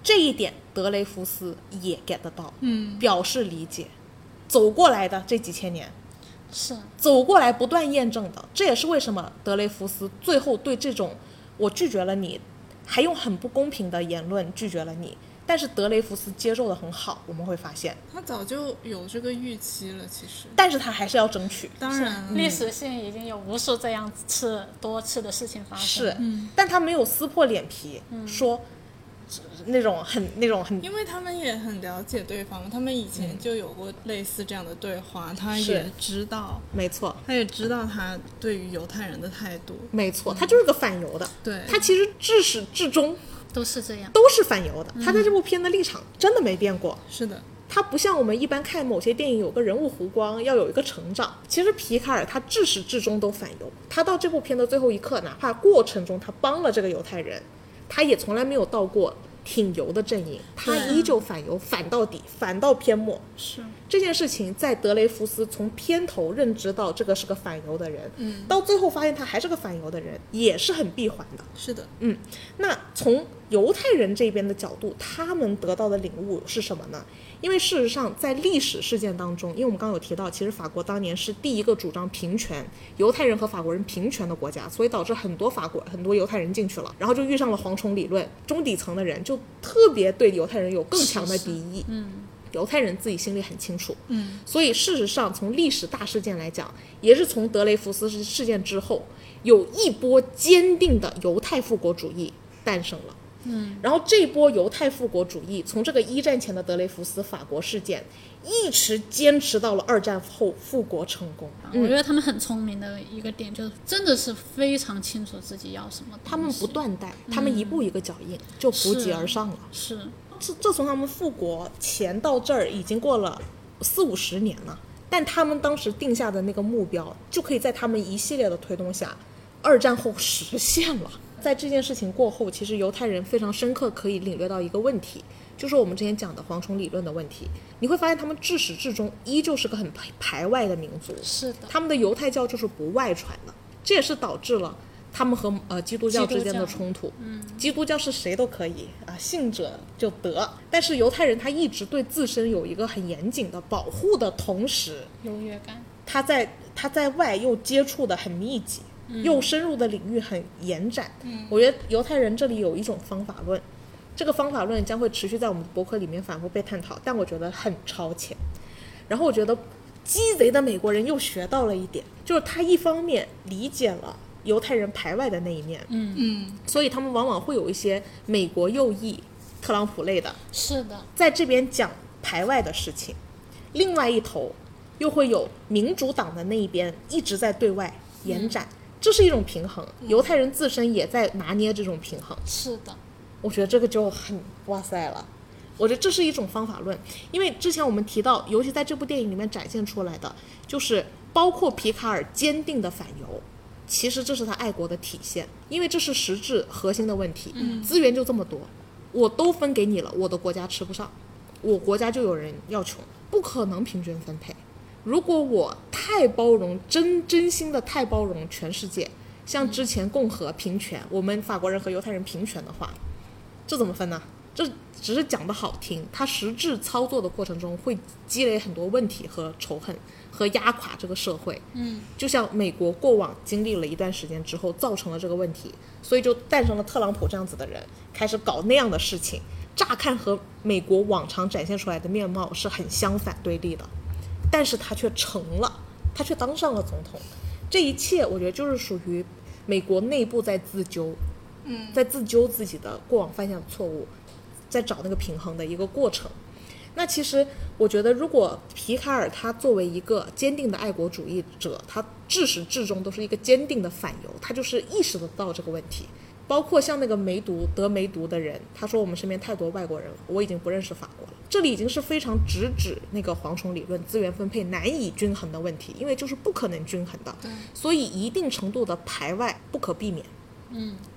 [SPEAKER 1] 这一点德雷福斯也 get 得到，
[SPEAKER 3] 嗯，
[SPEAKER 1] 表示理解。走过来的这几千年，
[SPEAKER 2] 是
[SPEAKER 1] 走过来不断验证的，这也是为什么德雷福斯最后对这种我拒绝了你，还用很不公平的言论拒绝了你，但是德雷福斯接受的很好，我们会发现，
[SPEAKER 3] 他早就有这个预期了，其实。
[SPEAKER 1] 但是他还是要争取。
[SPEAKER 3] 当然了，
[SPEAKER 2] 历史性已经有无数这样次多次的事情发生，
[SPEAKER 3] 嗯
[SPEAKER 1] 是，但他没有撕破脸皮、说那种很那种很
[SPEAKER 3] 因为他们也很了解对方，他们以前就有过类似这样的对话，他
[SPEAKER 1] 是
[SPEAKER 3] 也知道，
[SPEAKER 1] 没错。
[SPEAKER 3] 他也知道他对于犹太人的态度。
[SPEAKER 1] 没错，他就是个反犹的。
[SPEAKER 3] 对
[SPEAKER 1] 他其实至始至终
[SPEAKER 2] 都是这样。
[SPEAKER 1] 都是反犹
[SPEAKER 3] 嗯
[SPEAKER 1] 的。他在这部片的立场真的没变过。
[SPEAKER 3] 是的，
[SPEAKER 1] 他不像我们一般看某些电影有个人物弧光，要有一个成长。其实皮卡尔他至始至终都反犹，他到这部片的最后一刻，哪怕过程中他帮了这个犹太人，他也从来没有到过挺犹的阵营，他
[SPEAKER 2] 对
[SPEAKER 1] 依旧反犹，反到底，反到篇末。
[SPEAKER 3] 是
[SPEAKER 1] 这件事情在德雷福斯从片头认知到这个是个反犹的人，嗯，到最后发现他还是个反犹的人，也是很闭环的。
[SPEAKER 3] 是的，
[SPEAKER 1] 嗯，那从犹太人这边的角度，他们得到的领悟是什么呢？因为事实上，在历史事件当中，因为我们刚刚有提到，其实法国当年是第一个主张平权，犹太人和法国人平权的国家，所以导致很多法国很多犹太人进去了，然后就遇上了蝗虫理论，中底层的人就特别对犹太人有更强的
[SPEAKER 2] 是是
[SPEAKER 1] 敌意。嗯，犹太人自己心里很清楚，
[SPEAKER 3] 嗯，
[SPEAKER 1] 所以事实上，从历史大事件来讲，也是从德雷福斯事事件之后，有一波坚定的犹太复国主义诞生了。嗯，然后这波犹太复国主义从这个一战前的德雷福斯法国事件，一直坚持到了二战后复国成功。
[SPEAKER 2] 我觉得他们很聪明的一个点就是，真的是非常清楚自己要什么东西。
[SPEAKER 1] 他们不断代，他们一步一个脚印，就扶
[SPEAKER 2] 是
[SPEAKER 1] 级而上了。
[SPEAKER 2] 是
[SPEAKER 1] 自自从他们复国前到这儿已经过了四五十年了，但他们当时定下的那个目标，就可以在他们一系列的推动下，二战后实现了。在这件事情过后，其实犹太人非常深刻可以领略到一个问题，就是我们之前讲的蝗虫理论的问题。你会发现，他们至始至终依旧是个很排排外的民族，
[SPEAKER 2] 是的，
[SPEAKER 1] 他们的犹太教就是不外传的，这也是导致了他们和呃基督教之间的冲突。嗯，基督教是谁都可以啊，信者就得。但是犹太人他一直对自身有一个很严谨的保护的同时，
[SPEAKER 2] 优越感。
[SPEAKER 1] 他在他在外又接触的很密集，又深入的领域很延展。我觉得犹太人这里有一种方法论，这个方法论将会持续在我们的博客里面反复被探讨，但我觉得很超前。然后我觉得鸡贼的美国人又学到了一点，就是他一方面理解了犹太人排外的那一面，
[SPEAKER 3] 嗯，
[SPEAKER 1] 所以他们往往会有一些美国右翼、特朗普类的
[SPEAKER 2] 是的，
[SPEAKER 1] 在这边讲排外的事情，另外一头又会有民主党的那一边一直在对外延展，这是一种平衡。犹太人自身也在拿捏这种平衡，
[SPEAKER 2] 是的，
[SPEAKER 1] 我觉得这个就很哇塞了。我觉得这是一种方法论，因为之前我们提到，尤其在这部电影里面展现出来的，就是包括皮卡尔坚定的反犹，其实这是他爱国的体现，因为这是实质核心的问题。资源就这么多，我都分给你了，我的国家吃不上，我国家就有人要穷，不可能平均分配。如果我太包容，真真心的太包容全世界，像之前共和平权，我们法国人和犹太人平权的话，这怎么分呢？这只是讲的好听，它实质操作的过程中会积累很多问题和仇恨，和压垮这个社会。嗯，就像美国过往经历了一段时间之后，造成了这个问题，所以就诞生了特朗普这样子的人，开始搞那样的事情。乍看和美国往常展现出来的面貌是很相反对立的，但是他却成了，他却当上了总统。这一切，我觉得就是属于美国内部在自纠，嗯，在自纠自己的过往犯下的错误，在找那个平衡的一个过程。那其实我觉得，如果皮卡尔他作为一个坚定的爱国主义者，他至始至终都是一个坚定的反犹，他就是意识得到这个问题。包括像那个梅毒得梅毒的人，他说我们身边太多外国人了，我已经不认识法国了。这里已经是非常直指那个蝗虫理论资源分配难以均衡的问题，因为就是不可能均衡的，所以一定程度的排外不可避免。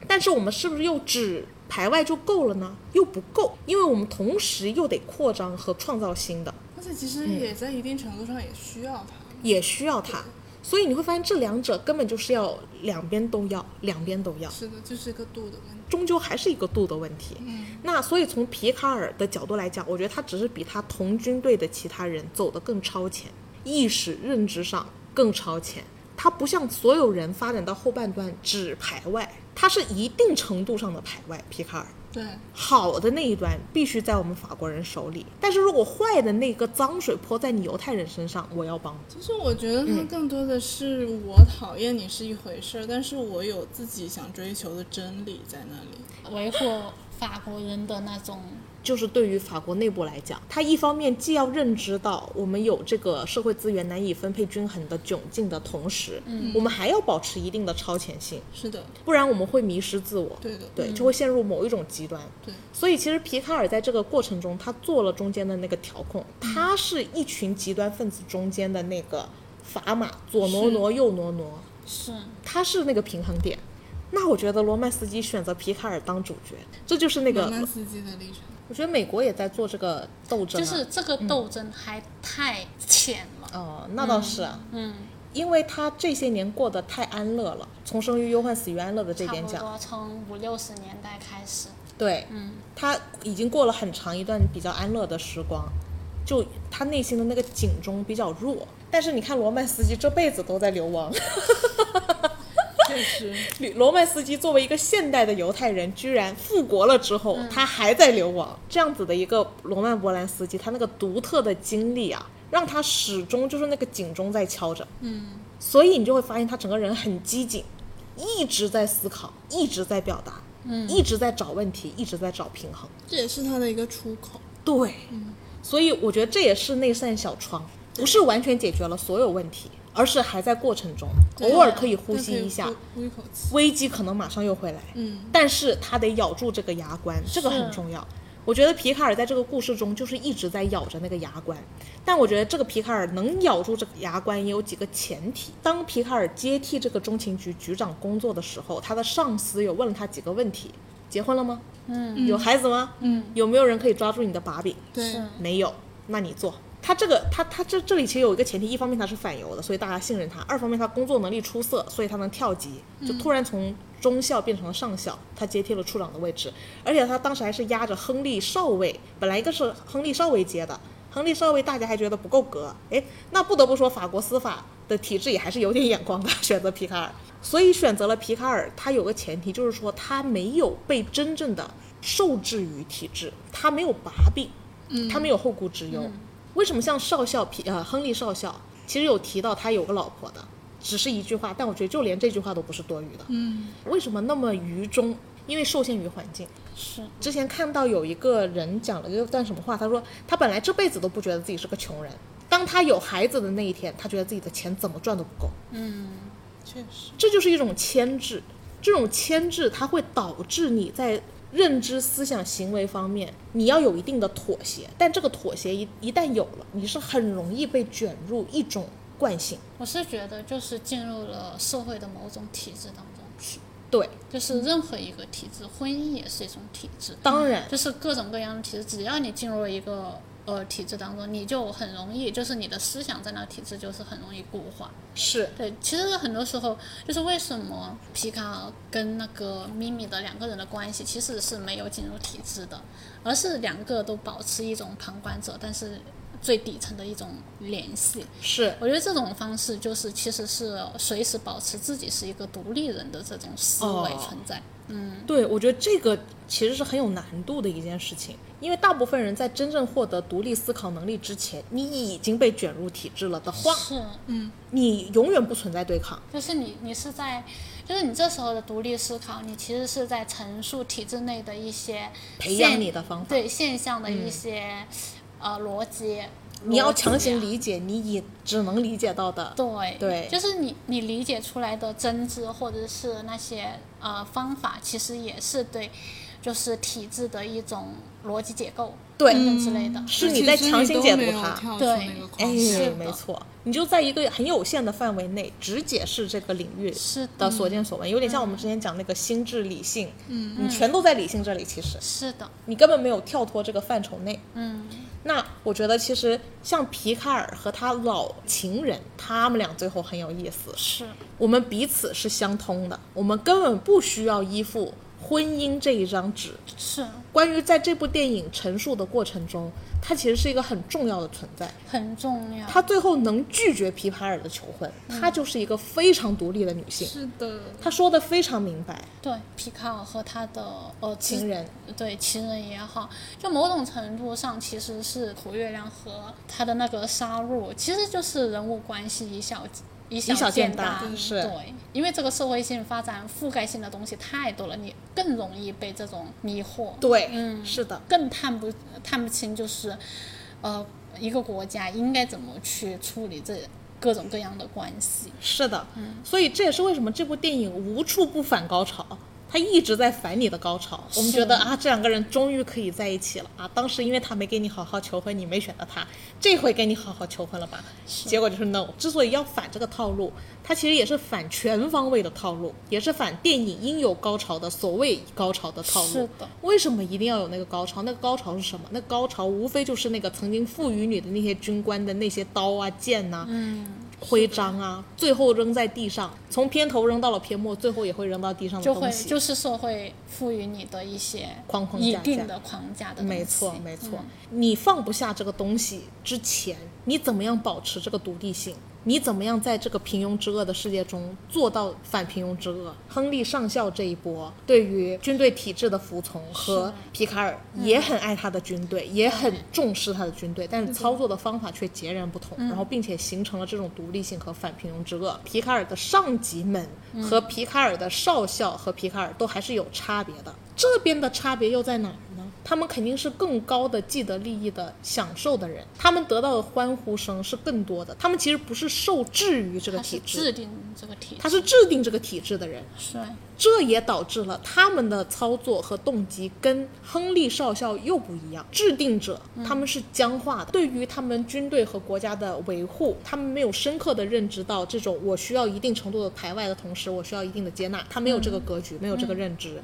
[SPEAKER 1] 但是我们是不是又只排外就够了呢？又不够，因为我们同时又得扩张和创造新的，
[SPEAKER 3] 而且其实也在一定程度上也需要它。
[SPEAKER 1] 也需要它。所以你会发现，这两者根本就是要两边都要，两边都要，
[SPEAKER 3] 是的，就是一个度的问题。
[SPEAKER 1] 终究还是一个度的问题。那所以从皮卡尔的角度来讲，我觉得他只是比他同军队的其他人走得更超前，意识认知上更超前。他不像所有人发展到后半段只排外，他是一定程度上的排外。皮卡尔，
[SPEAKER 3] 对，
[SPEAKER 1] 好的那一端必须在我们法国人手里，但是如果坏的那个脏水泼在你犹太人身上，我要帮。
[SPEAKER 3] 其实我觉得它更多的是我讨厌你是一回事儿，但是我有自己想追求的真理在那里。
[SPEAKER 2] 维护法国人的那种，
[SPEAKER 1] 就是对于法国内部来讲，他一方面既要认知到我们有这个社会资源难以分配均衡的窘境的同时，嗯，我们还要保持一定的超前性，
[SPEAKER 3] 是的，
[SPEAKER 1] 不然我们会迷失自我，
[SPEAKER 3] 对的，
[SPEAKER 1] 对，就会陷入某一种极端。
[SPEAKER 3] 对，
[SPEAKER 1] 所以其实皮卡尔在这个过程中，他做了中间的那个调控，他是一群极端分子中间的那个砝码，左挪挪，右挪挪。
[SPEAKER 2] 是
[SPEAKER 1] 它是那个平衡点。那我觉得罗曼斯基选择皮卡尔当主角，这就是那
[SPEAKER 3] 罗
[SPEAKER 1] 个，
[SPEAKER 3] 曼斯基的历程。
[SPEAKER 1] 我觉得美国也在做这个斗争、啊，
[SPEAKER 2] 就是这个斗争还太浅了。
[SPEAKER 1] 哦，那倒是啊，嗯，因为他这些年过得太安乐了，从生于忧患，死于安乐的这
[SPEAKER 2] 差
[SPEAKER 1] 点
[SPEAKER 2] 不
[SPEAKER 1] 讲，
[SPEAKER 2] 多从五六十年代开始，
[SPEAKER 1] 对，嗯，他已经过了很长一段比较安乐的时光，就他内心的那个警钟比较弱。但是你看罗曼斯基这辈子都在流亡，
[SPEAKER 3] 确实，
[SPEAKER 1] 罗曼斯基作为一个现代的犹太人，居然复国了之
[SPEAKER 3] 嗯
[SPEAKER 1] 后，他还在流亡，这样子的一个罗曼·波兰斯基，他那个独特的经历啊，让他始终就是那个警钟在敲着。嗯，所以你就会发现他整个人很机警，一直在思考，一直在表达，嗯，一直在找问题，一直在找平衡。
[SPEAKER 3] 这也是他的一个出口。
[SPEAKER 1] 对，
[SPEAKER 3] 嗯
[SPEAKER 1] 所以我觉得这也是那扇小窗，不是完全解决了所有问题，而是还在过程中，
[SPEAKER 3] 对
[SPEAKER 1] 偶尔可以呼
[SPEAKER 3] 但可
[SPEAKER 1] 吸
[SPEAKER 3] 以
[SPEAKER 1] 一下
[SPEAKER 3] 呼，呼一口气。
[SPEAKER 1] 危机可能马上又会来，
[SPEAKER 3] 嗯，
[SPEAKER 1] 但是他得咬住这个牙关，这个很重要。我觉得皮卡尔在这个故事中就是一直在咬着那个牙关，但我觉得这个皮卡尔能咬住这个牙关也有几个前提。当皮卡尔接替这个中情局局长工作的时候，他的上司有问了他几个问题：结婚了吗？嗯，有孩子吗？嗯，有没有人可以抓住你的把柄？
[SPEAKER 3] 对，
[SPEAKER 1] 没有，那你做。他这个，他他这这里其实有一个前提，一方面他是反犹的，所以大家信任他；二方面他工作能力出色，所以他能跳级，就突然从中校变成了上校，他接替了处长的位置。而且他当时还是压着亨利少尉，本来一个是亨利少尉接的，亨利少尉大家还觉得不够格，诶，那不得不说法国司法的体制也还是有点眼光的， 选择皮卡尔。所以选择了皮卡尔，他有个前提就是说他没有被真正的受制于体制，他没有把柄。他没有后顾之忧。为什么像少校皮呃亨利少校，其实有提到他有个老婆的，只是一句话，但我觉得就连这句话都不是多余的。嗯，为什么那么愚忠？因为受限于环境。
[SPEAKER 2] 是
[SPEAKER 1] 之前看到有一个人讲了一段什么话，他说他本来这辈子都不觉得自己是个穷人，当他有孩子的那一天，他觉得自己的钱怎么赚都不够。
[SPEAKER 3] 确实，
[SPEAKER 1] 这就是一种牵制，这种牵制它会导致你在认知、思想、行为方面，你要有一定的妥协，但这个妥协一一旦有了，你是很容易被卷入一种惯性。
[SPEAKER 2] 我是觉得就是进入了社会的某种体制当中去，
[SPEAKER 1] 对，
[SPEAKER 2] 就是任何一个体制，婚姻也是一种体制，
[SPEAKER 1] 当然，
[SPEAKER 2] 就是各种各样的体制，只要你进入了一个呃体制当中，你就很容易，就是你的思想在那个体制就是很容易固化。
[SPEAKER 1] 是
[SPEAKER 2] 对，其实很多时候就是为什么皮卡尔跟那个咪咪的两个人的关系其实是没有进入体制的，而是两个都保持一种旁观者，但是最底层的一种联系。
[SPEAKER 1] 是，
[SPEAKER 2] 我觉得这种方式就是其实是随时保持自己是一个独立人的这种思维
[SPEAKER 1] 哦
[SPEAKER 2] 存在。嗯
[SPEAKER 1] 对我觉得这个其实是很有难度的一件事情，因为大部分人在真正获得独立思考能力之前，你已经被卷入体制了的话，
[SPEAKER 2] 是，
[SPEAKER 1] 你永远不存在对抗。
[SPEAKER 2] 就是你你是在，就是你这时候的独立思考，你其实是在陈述体制内的一些
[SPEAKER 1] 培养
[SPEAKER 2] 现
[SPEAKER 1] 你的方法嗯
[SPEAKER 2] 对现象的一些、呃逻辑。
[SPEAKER 1] 你要
[SPEAKER 2] 逻辑
[SPEAKER 1] 强行
[SPEAKER 2] 啊
[SPEAKER 1] 理解，你也只能理解到的
[SPEAKER 2] 对
[SPEAKER 1] 对
[SPEAKER 2] 就是你你理解出来的真知或者是那些呃方法，其实也是对，就是体制的一种逻辑解构
[SPEAKER 1] 对嗯
[SPEAKER 2] 等等之类的。嗯
[SPEAKER 1] 是你在强行解读它
[SPEAKER 3] 它
[SPEAKER 2] 对
[SPEAKER 1] 哎，
[SPEAKER 2] 是的
[SPEAKER 1] 没错，你就在一个很有限的范围内，只解释这个领域
[SPEAKER 2] 是
[SPEAKER 1] 的所见所闻，有点像我们之前讲那个心智理性，嗯，你全都在理性这里，其实
[SPEAKER 2] 是的，
[SPEAKER 1] 你根本没有跳脱这个范畴内，嗯。那我觉得其实像皮卡尔和他老情人，他们俩最后很有意思，
[SPEAKER 2] 是
[SPEAKER 1] 我们彼此是相通的，我们根本不需要依附婚姻这一张纸，
[SPEAKER 2] 是
[SPEAKER 1] 关于在这部电影陈述的过程中，它其实是一个很重要的存在。
[SPEAKER 2] 很重要。
[SPEAKER 1] 她最后能拒绝皮卡尔的求婚，她就是一个非常独立的女性。
[SPEAKER 3] 是的，
[SPEAKER 1] 她说的非常明白，
[SPEAKER 2] 对皮卡尔和他的呃之
[SPEAKER 1] 情人
[SPEAKER 2] 对情人也好，就某种程度上其实是苦月亮和他的那个杀戮，其实就是人物关系以小以
[SPEAKER 1] 以小
[SPEAKER 2] 见
[SPEAKER 1] 见大是
[SPEAKER 2] 对，因为这个社会性发展覆盖性的东西太多了，你更容易被这种迷惑，
[SPEAKER 1] 对，是的，
[SPEAKER 2] 更看不看不清就是，呃，一个国家应该怎么去处理这各种各样的关系。嗯
[SPEAKER 1] 是的，所以这也是为什么这部电影无处不反高潮。它他一直在烦你的高潮。我们
[SPEAKER 2] 是
[SPEAKER 1] 觉得啊，这两个人终于可以在一起了啊！当时因为他没给你好好求婚，你没选择他，这回给你好好求婚了吧？结果就是 no。之所以要反这个套路，它其实也是反全方位的套路，也是反电影应有高潮的所谓高潮的套路。
[SPEAKER 2] 是的
[SPEAKER 1] 为什么一定要有那个高潮？那个高潮是什么？那高潮无非就是那个曾经赋予你的那些军官的那些刀啊、剑呐、
[SPEAKER 2] 嗯
[SPEAKER 1] 徽章啊，最后扔在地上，从片头扔到了片末，最后也会扔到地上的
[SPEAKER 2] 就会
[SPEAKER 1] 东西。
[SPEAKER 2] 就是社会赋予你的一些
[SPEAKER 1] 框框架
[SPEAKER 2] 一
[SPEAKER 1] 架
[SPEAKER 2] 定的框架的东西，嗯
[SPEAKER 1] 没错，没错。你放不下这个东西之前，你怎么样保持这个独立性？你怎么样在这个平庸之恶的世界中做到反平庸之恶？亨利上校这一波对于军队体制的服从和皮卡尔
[SPEAKER 2] 嗯
[SPEAKER 1] 也很爱他的军队，也很重视他的军队，但是
[SPEAKER 2] 嗯
[SPEAKER 1] 操作的方法却截然不同，然后并且形成了这种独立性和反平庸之恶。皮卡尔的上级们
[SPEAKER 2] 嗯
[SPEAKER 1] 和皮卡尔的少校和皮卡尔都还是有差别的，这边的差别又在哪儿呢？他们肯定是更高的既得利益的享受的人，他们得到的欢呼声是更多的。他们其实不是受制于这个
[SPEAKER 2] 它是
[SPEAKER 1] 体
[SPEAKER 2] 制
[SPEAKER 1] 制，
[SPEAKER 2] 定这个体制，
[SPEAKER 1] 他是制定这个体制的人，
[SPEAKER 2] 是
[SPEAKER 1] 这也导致了他们的操作和动机跟亨利少校又不一样。制定者他们是僵化的，对于他们军队和国家的维护，他们没有深刻的认知到这种我需要一定程度的排外的同时，我需要一定的接纳，他没有这个格局，没有这个认知。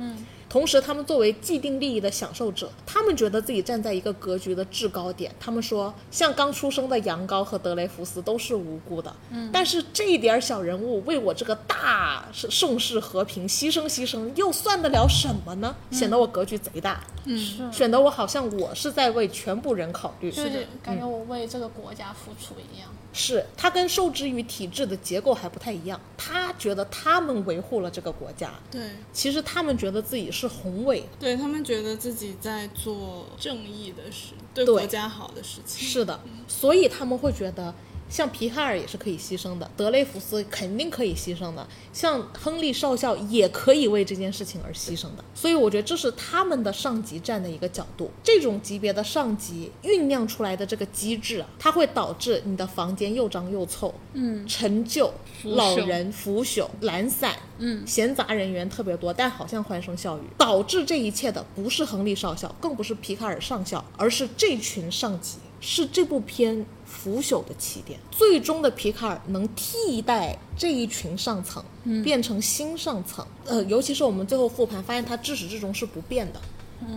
[SPEAKER 1] 同时，他们作为既定利益的享受者，他们觉得自己站在一个格局的制高点。他们说，像刚出生的羊羔和德雷福斯都是无辜的，嗯，但是这一点儿小人物为我这个大是盛世和平牺牲牺牲，又算得了什么呢？显得我格局贼大，
[SPEAKER 2] 是
[SPEAKER 1] 显得我好像我是在为全部人考虑，
[SPEAKER 2] 就是感
[SPEAKER 1] 嗯
[SPEAKER 2] 觉我为这个国家付出一样。
[SPEAKER 1] 是他跟受制于体制的结构还不太一样，他觉得他们维护了这个国家，
[SPEAKER 3] 对，
[SPEAKER 1] 其实他们觉得自己是宏伟的
[SPEAKER 3] 对他们觉得自己在做正义的事，对
[SPEAKER 1] 对
[SPEAKER 3] 国家好的事情。
[SPEAKER 1] 是的，所以他们会觉得，像皮卡尔也是可以牺牲的，德雷福斯肯定可以牺牲的，像亨利少校也可以为这件事情而牺牲的。所以我觉得这是他们的上级站的一个角度。这种级别的上级酝酿出来的这个机制啊，它会导致你的房间又脏又臭，嗯，陈旧，
[SPEAKER 2] 朽
[SPEAKER 1] 老人腐朽、懒散，嗯，闲杂人员特别多，但好像欢声笑语。导致这一切的不是亨利少校，更不是皮卡尔上校，而是这群上级，是这部片腐朽的起点。最终的皮卡尔能替代这一群上层，变成新上层。呃，尤其是我们最后复盘发现，他至始至终是不变的，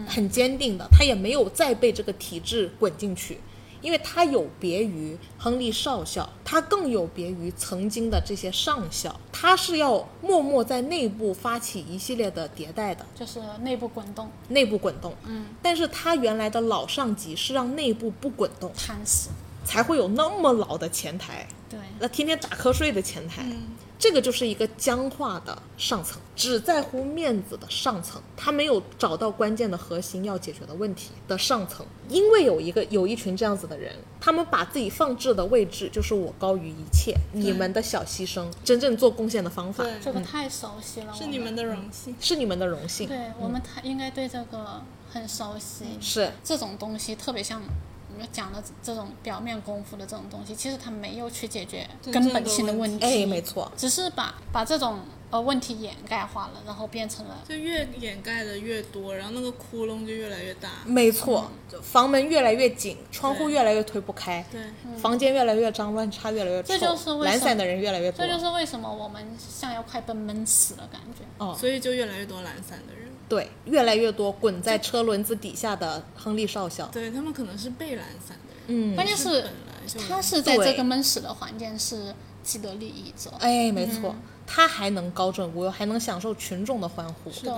[SPEAKER 1] 很坚定的，他也没有再被这个体制滚进去。因为他有别于亨利少校，他更有别于曾经的这些上校，他是要默默在内部发起一系列的迭代的
[SPEAKER 2] 就是内部滚动、
[SPEAKER 1] 内部滚动。嗯，但是他原来的老上级是让内部不滚动，
[SPEAKER 2] 贪死，
[SPEAKER 1] 才会有那么老的前台，
[SPEAKER 2] 对，
[SPEAKER 1] 那天天打瞌睡的前台。
[SPEAKER 2] 嗯
[SPEAKER 1] 这个就是一个僵化的上层，只在乎面子的上层，他没有找到关键的核心要解决的问题的上层，因为有一个有一群这样子的人，他们把自己放置的位置就是我高于一切，你们的小牺牲，真正做贡献的方法
[SPEAKER 3] 对，
[SPEAKER 2] 这个太熟悉了。
[SPEAKER 3] 是
[SPEAKER 2] 我
[SPEAKER 3] 你们的荣幸。
[SPEAKER 1] 是你们的荣幸，
[SPEAKER 2] 对我们太应该对这个很熟悉。
[SPEAKER 1] 是
[SPEAKER 2] 这种东西特别像我们讲的这种表面功夫的这种东西，其实它没有去解决
[SPEAKER 3] 真
[SPEAKER 2] 根
[SPEAKER 3] 正
[SPEAKER 2] 本
[SPEAKER 3] 的
[SPEAKER 2] 性的
[SPEAKER 3] 问
[SPEAKER 2] 问题，
[SPEAKER 1] 哎，没错，
[SPEAKER 2] 只是把把这种呃问题掩盖化了，然后变成了
[SPEAKER 3] 就越掩盖的越多，然后那个窟窿就越来越大。
[SPEAKER 1] 没错，
[SPEAKER 2] 嗯
[SPEAKER 1] 房门越来越紧，窗户
[SPEAKER 3] 对
[SPEAKER 1] 越来越推不开，
[SPEAKER 3] 对，
[SPEAKER 1] 房间越来越脏，乱差越来越臭，
[SPEAKER 2] 这就是为什么
[SPEAKER 1] 懒散的人越来越多，
[SPEAKER 2] 这就是为什么我们像要快被闷死的感觉。
[SPEAKER 1] 哦，
[SPEAKER 3] 所以就越来越多懒散的人。
[SPEAKER 1] 对，越来越多滚在车轮子底下的亨利少校，
[SPEAKER 3] 对他们可能是被懒散的人，
[SPEAKER 1] 嗯，
[SPEAKER 2] 关键
[SPEAKER 3] 是
[SPEAKER 2] 是
[SPEAKER 3] 本来就
[SPEAKER 2] 他是在
[SPEAKER 1] 对
[SPEAKER 2] 这个闷死的环境是既得利益者，
[SPEAKER 1] 哎，没错，他还能高枕无忧，还能享受群众的欢呼。
[SPEAKER 2] 对，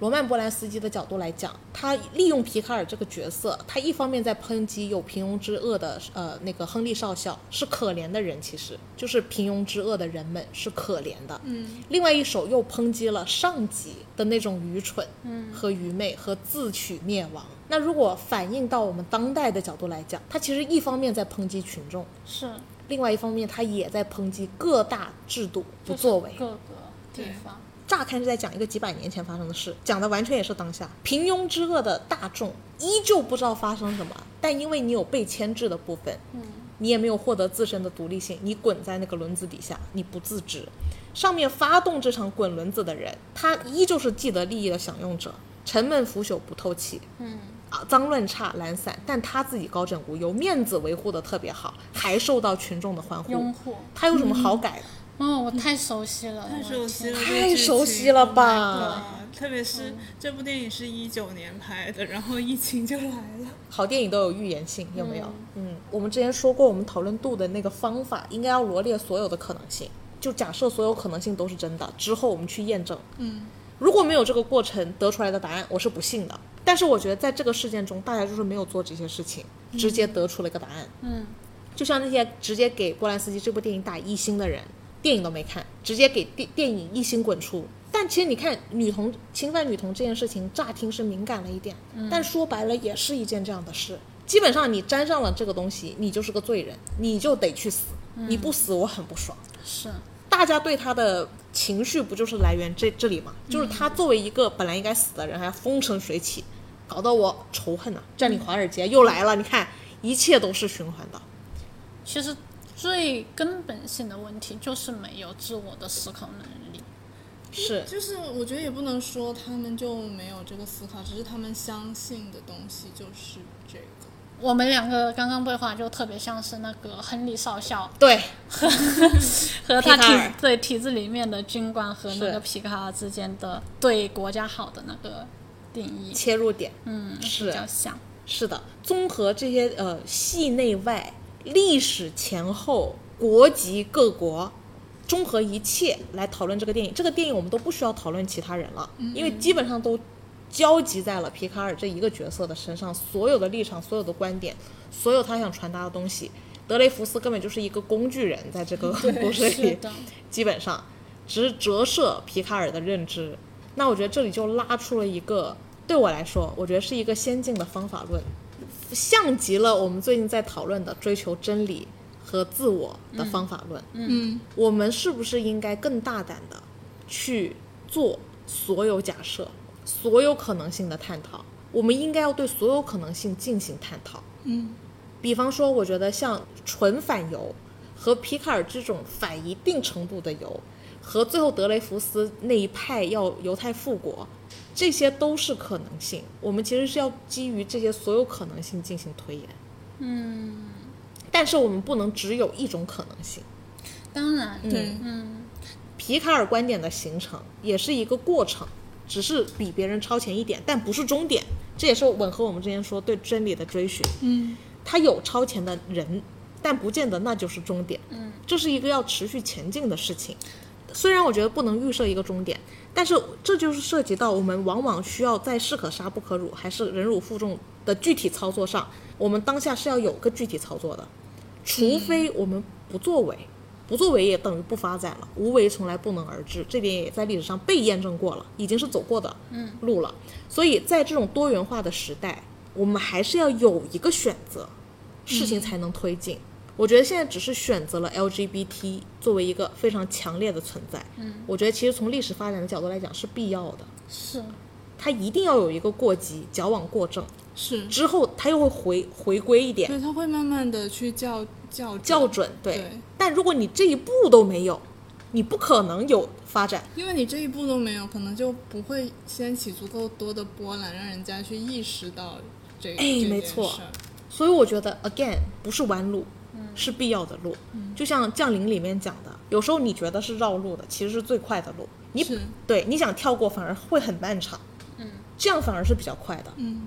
[SPEAKER 1] 罗曼·波兰斯基的角度来讲，他利用皮卡尔这个角色，他一方面在抨击有平庸之恶的呃那个亨利少校是可怜的人，其实就是平庸之恶的人们是可怜的。嗯，另外一手又抨击了上级的那种愚蠢、嗯和愚昧和自取灭亡。那如果反映到我们当代的角度来讲，他其实一方面在抨击群众，
[SPEAKER 2] 是
[SPEAKER 1] 另外一方面他也在抨击各大制度不
[SPEAKER 2] 就是
[SPEAKER 1] 作为。
[SPEAKER 2] 各个地方。
[SPEAKER 1] 乍看是在讲一个几百年前发生的事，讲的完全也是当下。平庸之恶的大众依旧不知道发生什么，但因为你有被牵制的部分，嗯，你也没有获得自身的独立性，你滚在那个轮子底下，你不自知。上面发动这场滚轮子的人，他依旧是既得利益的享用者，沉闷腐朽不透气，嗯，啊，脏乱差懒散，但他自己高枕无忧，面子维护的特别好，还受到群众的欢呼
[SPEAKER 2] 拥，护。嗯
[SPEAKER 1] 他有什么好改的？
[SPEAKER 2] 哦，我太熟悉了，
[SPEAKER 3] 太
[SPEAKER 2] 我的
[SPEAKER 3] 熟悉
[SPEAKER 2] 天
[SPEAKER 3] 了，
[SPEAKER 1] 太熟悉了吧？嗯
[SPEAKER 3] 对，特别是这部电影是一九年拍的，然后疫情就来了。
[SPEAKER 1] 好电影都有预言性，有没有？嗯我们之前说过，我们讨论度的那个方法应该要罗列所有的可能性，就假设所有可能性都是真的，之后我们去验证。
[SPEAKER 3] 嗯，
[SPEAKER 1] 如果没有这个过程得出来的答案，我是不信的。但是我觉得在这个事件中，大家就是没有做这些事情，直接得出了一个答案。
[SPEAKER 2] 嗯，
[SPEAKER 1] 就像那些直接给波兰斯基这部电影打一星的人，电影都没看，直接给电电影一星滚出。但其实你看，女童侵犯女童这件事情，乍听是敏感了一点，但说白了也是一件这样的事。基本上你沾上了这个东西，你就是个罪人，你就得去死。你不死，我很不爽。
[SPEAKER 2] 是，
[SPEAKER 1] 大家对他的情绪不就是来源这这里吗？就是他作为一个本来应该死的人，还风生水起，搞得我仇恨呐、占领华尔街又来了，你看，一切都是循环的。
[SPEAKER 2] 其实最根本性的问题就是没有自我的思考能力。
[SPEAKER 1] 是，
[SPEAKER 3] 就是我觉得也不能说他们就没有这个思考，只是他们相信的东西就是这个。
[SPEAKER 2] 我们两个刚刚对话就特别像是那个亨利少校
[SPEAKER 1] 对，
[SPEAKER 2] 和他
[SPEAKER 1] 皮卡尔
[SPEAKER 2] 体对体制里面的军官和那个
[SPEAKER 1] 是
[SPEAKER 2] 皮卡尔之间的对国家好的那个定义，
[SPEAKER 1] 切入点，
[SPEAKER 2] 嗯，
[SPEAKER 1] 是
[SPEAKER 2] 比较像。
[SPEAKER 1] 是的，综合这些呃系内外、历史前后、国籍各国，综合一切来讨论这个电影。这个电影我们都不需要讨论其他人了，
[SPEAKER 2] 嗯
[SPEAKER 1] 因为基本上都交集在了皮卡尔这一个角色的身上，所有的立场、所有的观点、所有他想传达的东西。德雷福斯根本就是一个工具人，在这个故事
[SPEAKER 2] 嗯是
[SPEAKER 1] 里，
[SPEAKER 2] 的，
[SPEAKER 1] 基本上只折射皮卡尔的认知。那我觉得这里就拉出了一个，对我来说，我觉得是一个先进的方法论，像极了我们最近在讨论的追求真理和自我的方法论。
[SPEAKER 3] 嗯，
[SPEAKER 1] 我们是不是应该更大胆的去做所有假设、所有可能性的探讨？我们应该要对所有可能性进行探讨。
[SPEAKER 3] 嗯，
[SPEAKER 1] 比方说，我觉得像纯反犹和皮卡尔这种反一定程度的犹，和最后德雷福斯那一派要犹太复国，这些都是可能性。我们其实是要基于这些所有可能性进行推演。嗯，但是我们不能只有一种可能性。
[SPEAKER 2] 当然，
[SPEAKER 1] 嗯
[SPEAKER 3] 对，
[SPEAKER 1] 皮卡尔观点的形成也是一个过程，只是比别人超前一点，但不是终点。这也是吻合我们之前说对真理的追寻。
[SPEAKER 3] 嗯，
[SPEAKER 1] 他有超前的人，但不见得那就是终点。嗯，这是一个要持续前进的事情。虽然我觉得不能预设一个终点，但是这就是涉及到我们往往需要在士可杀不可辱，还是忍辱负重的具体操作上，我们当下是要有个具体操作的，除非我们不作为，不作为也等于不发展了，无为从来不能而治，这点也在历史上被验证过了，已经是走过的路了。所以在这种多元化的时代，我们还是要有一个选择，事情才能推进。我觉得现在只是选择了 LGBT 作为一个非常强烈的存在，嗯，我觉得其实从历史发展的角度来讲是必要的，
[SPEAKER 2] 是
[SPEAKER 1] 它一定要有一个过激、矫枉过正，
[SPEAKER 3] 是，
[SPEAKER 1] 之后它又会回回归一点，
[SPEAKER 3] 对，他会慢慢的去校校准
[SPEAKER 1] 校准，对。
[SPEAKER 3] 对
[SPEAKER 1] 但如果你这一步都没有，你不可能有发展。
[SPEAKER 3] 因为你这一步都没有，可能就不会掀起足够多的波澜，让人家去意识到这个。
[SPEAKER 1] 哎
[SPEAKER 3] 这件
[SPEAKER 1] 没错
[SPEAKER 3] 事儿
[SPEAKER 1] 所以我觉得，again，不是弯路，是必要的路。就像《降临》里面讲的，有时候你觉得是绕路的，其实是最快的路。你
[SPEAKER 3] 是
[SPEAKER 1] 对你想跳过，反而会很漫长。嗯，这样反而是比较快的。
[SPEAKER 3] 嗯，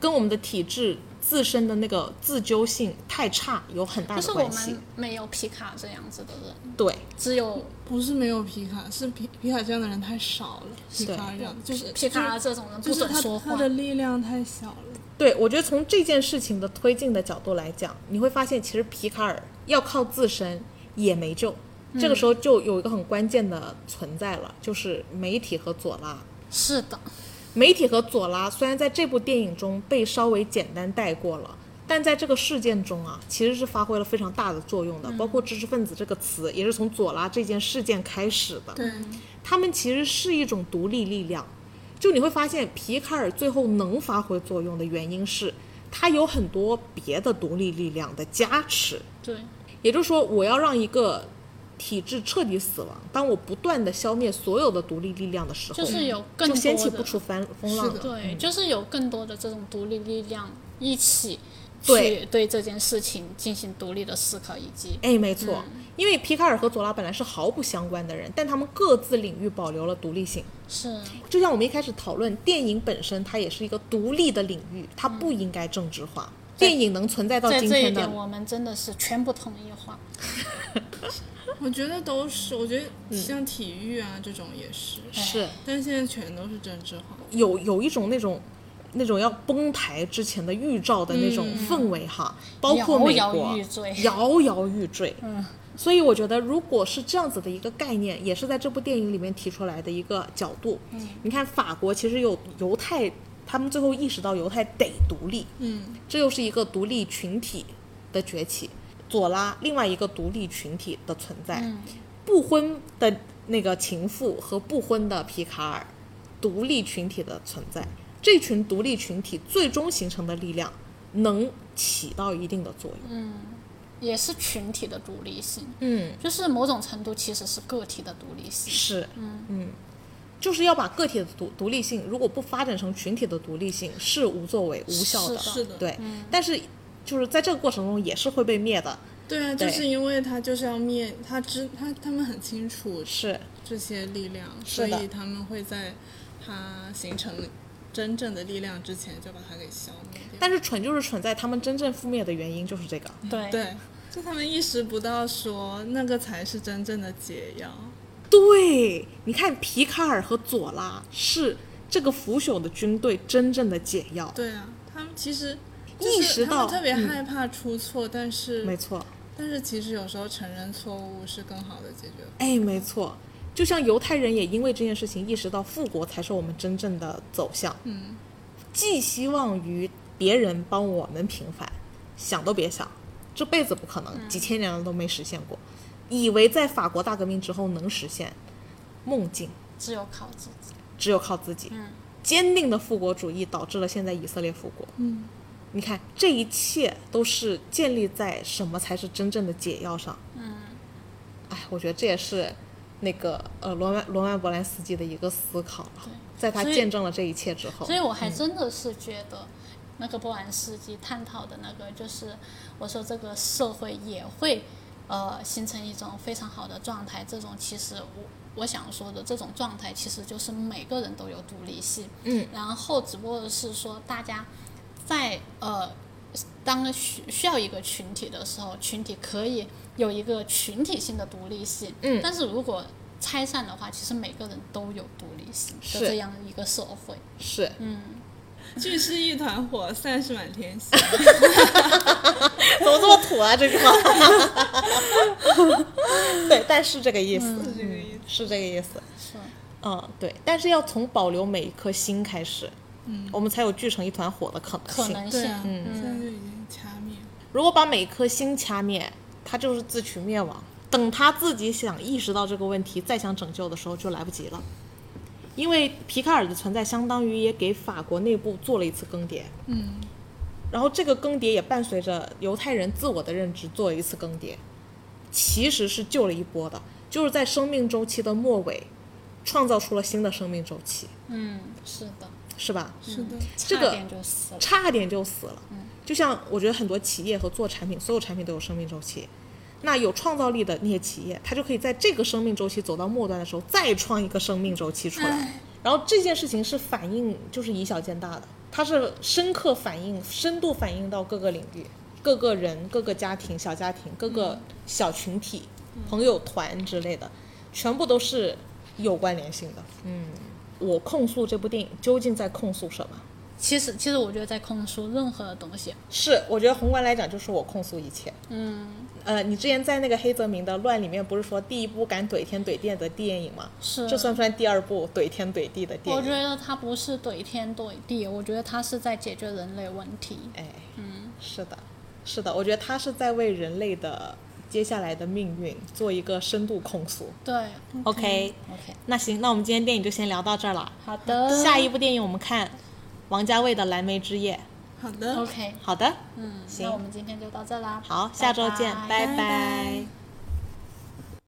[SPEAKER 1] 跟我们的体质自身的那个自纠性太差有很大
[SPEAKER 2] 嗯
[SPEAKER 1] 的
[SPEAKER 2] 就是我
[SPEAKER 1] 关系
[SPEAKER 2] 们。没有皮卡这样子的人，
[SPEAKER 1] 对，
[SPEAKER 2] 只有
[SPEAKER 3] 不是没有皮卡，是皮皮卡这样的人太少了，皮
[SPEAKER 1] 对
[SPEAKER 3] 卡这样就是
[SPEAKER 2] 皮卡尔这种人
[SPEAKER 3] 就
[SPEAKER 2] 不
[SPEAKER 3] 是
[SPEAKER 2] 准
[SPEAKER 3] 他
[SPEAKER 2] 说话。
[SPEAKER 3] 他的力量太小了。
[SPEAKER 1] 对，我觉得从这件事情的推进的角度来讲，你会发现其实皮卡尔要靠自身也没救。这个时候就有一个很关键的存在了，就是媒体和左拉。
[SPEAKER 2] 是的，
[SPEAKER 1] 媒体和左拉虽然在这部电影中被稍微简单带过了，但在这个事件中啊，其实是发挥了非常大的作用的。包括知识分子这个词，也是从左拉这件事件开始的。
[SPEAKER 3] 对，
[SPEAKER 1] 他们其实是一种独立力量。就你会发现，皮卡尔最后能发挥作用的原因是，它有很多别的独立力量的加持。
[SPEAKER 2] 对，
[SPEAKER 1] 也就是说，我要让一个体制彻底死亡，当我不断的消灭所有的独立力量的时候，
[SPEAKER 2] 就是有更
[SPEAKER 1] 就
[SPEAKER 2] 多
[SPEAKER 1] 掀起
[SPEAKER 2] 的
[SPEAKER 1] 不出翻风浪
[SPEAKER 3] 是
[SPEAKER 1] 了。
[SPEAKER 3] 的
[SPEAKER 2] 对，就是有更多的这种独立力量一起
[SPEAKER 1] 对
[SPEAKER 2] 去对这件事情进行独立的思考，以及
[SPEAKER 1] 哎，没错，
[SPEAKER 2] 嗯
[SPEAKER 1] 因为皮卡尔和佐拉本来是毫不相关的人，但他们各自领域保留了独立性。
[SPEAKER 2] 是
[SPEAKER 1] 就像我们一开始讨论，电影本身它也是一个独立的领域，它不应该政治化。电影能存在到
[SPEAKER 2] 嗯在
[SPEAKER 1] 今
[SPEAKER 2] 这一
[SPEAKER 1] 天
[SPEAKER 2] 点，
[SPEAKER 1] 的，
[SPEAKER 2] 我们真的是全部统一化。
[SPEAKER 3] 我觉得都是，我觉得像体育啊、这种也是，
[SPEAKER 1] 是
[SPEAKER 3] 但现在全都是政治化。
[SPEAKER 1] 有有一种那种那种要崩台之前的预兆的那种氛围哈，包括美
[SPEAKER 2] 嗯摇
[SPEAKER 1] 国
[SPEAKER 2] 摇欲坠
[SPEAKER 1] 摇摇欲坠。嗯，所以我觉得，如果是这样子的一个概念，也是在这部电影里面提出来的一个角度。嗯，你看法国其实有犹太，他们最后意识到犹太得独立，
[SPEAKER 3] 嗯，
[SPEAKER 1] 这又是一个独立群体的崛起。左拉另外一个独立群体的存在，
[SPEAKER 2] 嗯
[SPEAKER 1] 不婚的那个情妇和不婚的皮卡尔，独立群体的存在，这群独立群体最终形成的力量能起到一定的作用。
[SPEAKER 2] 也是群体的独立性，
[SPEAKER 1] 嗯，
[SPEAKER 2] 就是某种程度其实是个体的独立性。
[SPEAKER 1] 是，嗯就是要把个体的独独立性，如果不发展成群体的独立性，是无作为、无效的。
[SPEAKER 2] 是的
[SPEAKER 3] 是的
[SPEAKER 1] 对，但是就是在这个过程中也是会被灭的。
[SPEAKER 3] 对啊，
[SPEAKER 1] 对
[SPEAKER 3] 就是因为他就是要灭，他知他他们很清楚
[SPEAKER 1] 是，
[SPEAKER 3] 这些力量，所
[SPEAKER 1] 是的
[SPEAKER 3] 以他们会在它形成真正的力量之前就把它给消灭掉。
[SPEAKER 1] 但是蠢就是蠢在他们真正覆灭的原因就是这个。
[SPEAKER 2] 对，
[SPEAKER 3] 对，就他们意识不到说那个才是真正的解药。
[SPEAKER 1] 对，你看皮卡尔和佐拉是这个腐朽的军队真正的解药。
[SPEAKER 3] 对啊，他们其实
[SPEAKER 1] 意识到嗯
[SPEAKER 3] 就是他们特别害怕出错，但
[SPEAKER 1] 没
[SPEAKER 3] 是
[SPEAKER 1] 错，
[SPEAKER 3] 但是其实有时候承认错误是更好的解决方法。
[SPEAKER 1] 哎，没错。就像犹太人也因为这件事情意识到复国才是我们真正的走向，
[SPEAKER 3] 嗯，
[SPEAKER 1] 寄希望于别人帮我们平反，想都别想，这辈子不可能，几千年了都没实现过，以为在法国大革命之后能实现，梦境
[SPEAKER 2] 只有靠自己。
[SPEAKER 1] 只有靠自己。
[SPEAKER 2] 嗯
[SPEAKER 1] 坚定的复国主义导致了现在以色列复国。
[SPEAKER 3] 嗯，
[SPEAKER 1] 你看，这一切都是建立在什么才是真正的解药上。嗯，哎，我觉得这也是那个呃罗曼罗曼·波兰斯基的一个思考了
[SPEAKER 2] 对
[SPEAKER 1] 在他
[SPEAKER 2] 所以
[SPEAKER 1] 见证了这一切之后
[SPEAKER 2] 所，以我还真的是觉得，那个波兰斯基探讨的那个，就是我说这个社会也会呃形成一种非常好的状态。这种其实我我想说的这种状态，其实就是每个人都有独立性，
[SPEAKER 1] 嗯，
[SPEAKER 2] 然后只不过是说大家在呃。当需需要一个群体的时候，群体可以有一个群体性的独立性，
[SPEAKER 1] 嗯
[SPEAKER 2] 但是如果拆散的话，其实每个人都有独立性的
[SPEAKER 1] 是
[SPEAKER 2] 这样一个社会，
[SPEAKER 1] 是
[SPEAKER 2] 嗯
[SPEAKER 3] 聚是一团火，散是满 天星。
[SPEAKER 1] 怎么这么土啊？这 句话，对，但是这个意思，
[SPEAKER 2] 嗯
[SPEAKER 3] 是这个意思
[SPEAKER 1] 是这个意思。
[SPEAKER 2] 是。
[SPEAKER 1] 嗯，对，但是要从保留每一颗心开始，嗯，我们才有聚成一团火的可能性。
[SPEAKER 2] 可能
[SPEAKER 3] 对
[SPEAKER 2] 性。
[SPEAKER 3] 啊，
[SPEAKER 1] 嗯
[SPEAKER 3] 现在就已经掐灭了。
[SPEAKER 1] 如果把每颗心掐灭，他就是自取灭亡。等他自己想意识到这个问题，再想拯救的时候就来不及了，因为皮卡尔的存在相当于也给法国内部做了一次更迭，
[SPEAKER 3] 嗯，
[SPEAKER 1] 然后这个更迭也伴随着犹太人自我的认知做了一次更迭，其实是救了一波的，就是在生命周期的末尾，创造出了新的生命周期，
[SPEAKER 2] 嗯，是的，
[SPEAKER 1] 是吧？
[SPEAKER 3] 是的，
[SPEAKER 1] 这
[SPEAKER 2] 差
[SPEAKER 1] 个
[SPEAKER 2] 点就死了。
[SPEAKER 1] 差点就死了。就像我觉得很多企业和做产品，所有产品都有生命周期。那有创造力的那些企业，它就可以在这个生命周期走到末端的时候，再创一个生命周期出来。然后这件事情是反映，就是以小见大的，它是深刻反映、深度反映到各个领域、各个人、各个家庭、小家庭、各个小群体、朋友团之类的，全部都是有关联性的。嗯，我控诉这部电影究竟在控诉什么？
[SPEAKER 2] 其实，其实我觉得在控诉任何东西，
[SPEAKER 1] 是，我觉得宏观来讲，就是我控诉一切。嗯，呃，你之前在那个黑泽明的《乱》里面，不是说第一部敢怼天怼地的电影吗？
[SPEAKER 2] 是
[SPEAKER 1] 这算不算第二部怼天怼地的电
[SPEAKER 2] 我
[SPEAKER 1] 影？
[SPEAKER 2] 觉得它不是怼天怼地，我觉得它是在解决人类问题。
[SPEAKER 1] 哎，嗯，是的，是的，我觉得他是在为人类的接下来的命运做一个深度控诉。
[SPEAKER 2] 对
[SPEAKER 1] OK，
[SPEAKER 2] 嗯，OK，
[SPEAKER 1] 那行，那我们今天电影就先聊到这儿了。
[SPEAKER 2] 好的，
[SPEAKER 1] 下一部电影我们看王家卫的《蓝莓之夜》。好的
[SPEAKER 3] OK，
[SPEAKER 2] 好的，
[SPEAKER 3] 嗯，
[SPEAKER 2] 行嗯
[SPEAKER 3] 那我们今天就到这啦。
[SPEAKER 2] 好，下周见，拜
[SPEAKER 3] 拜
[SPEAKER 1] 拜拜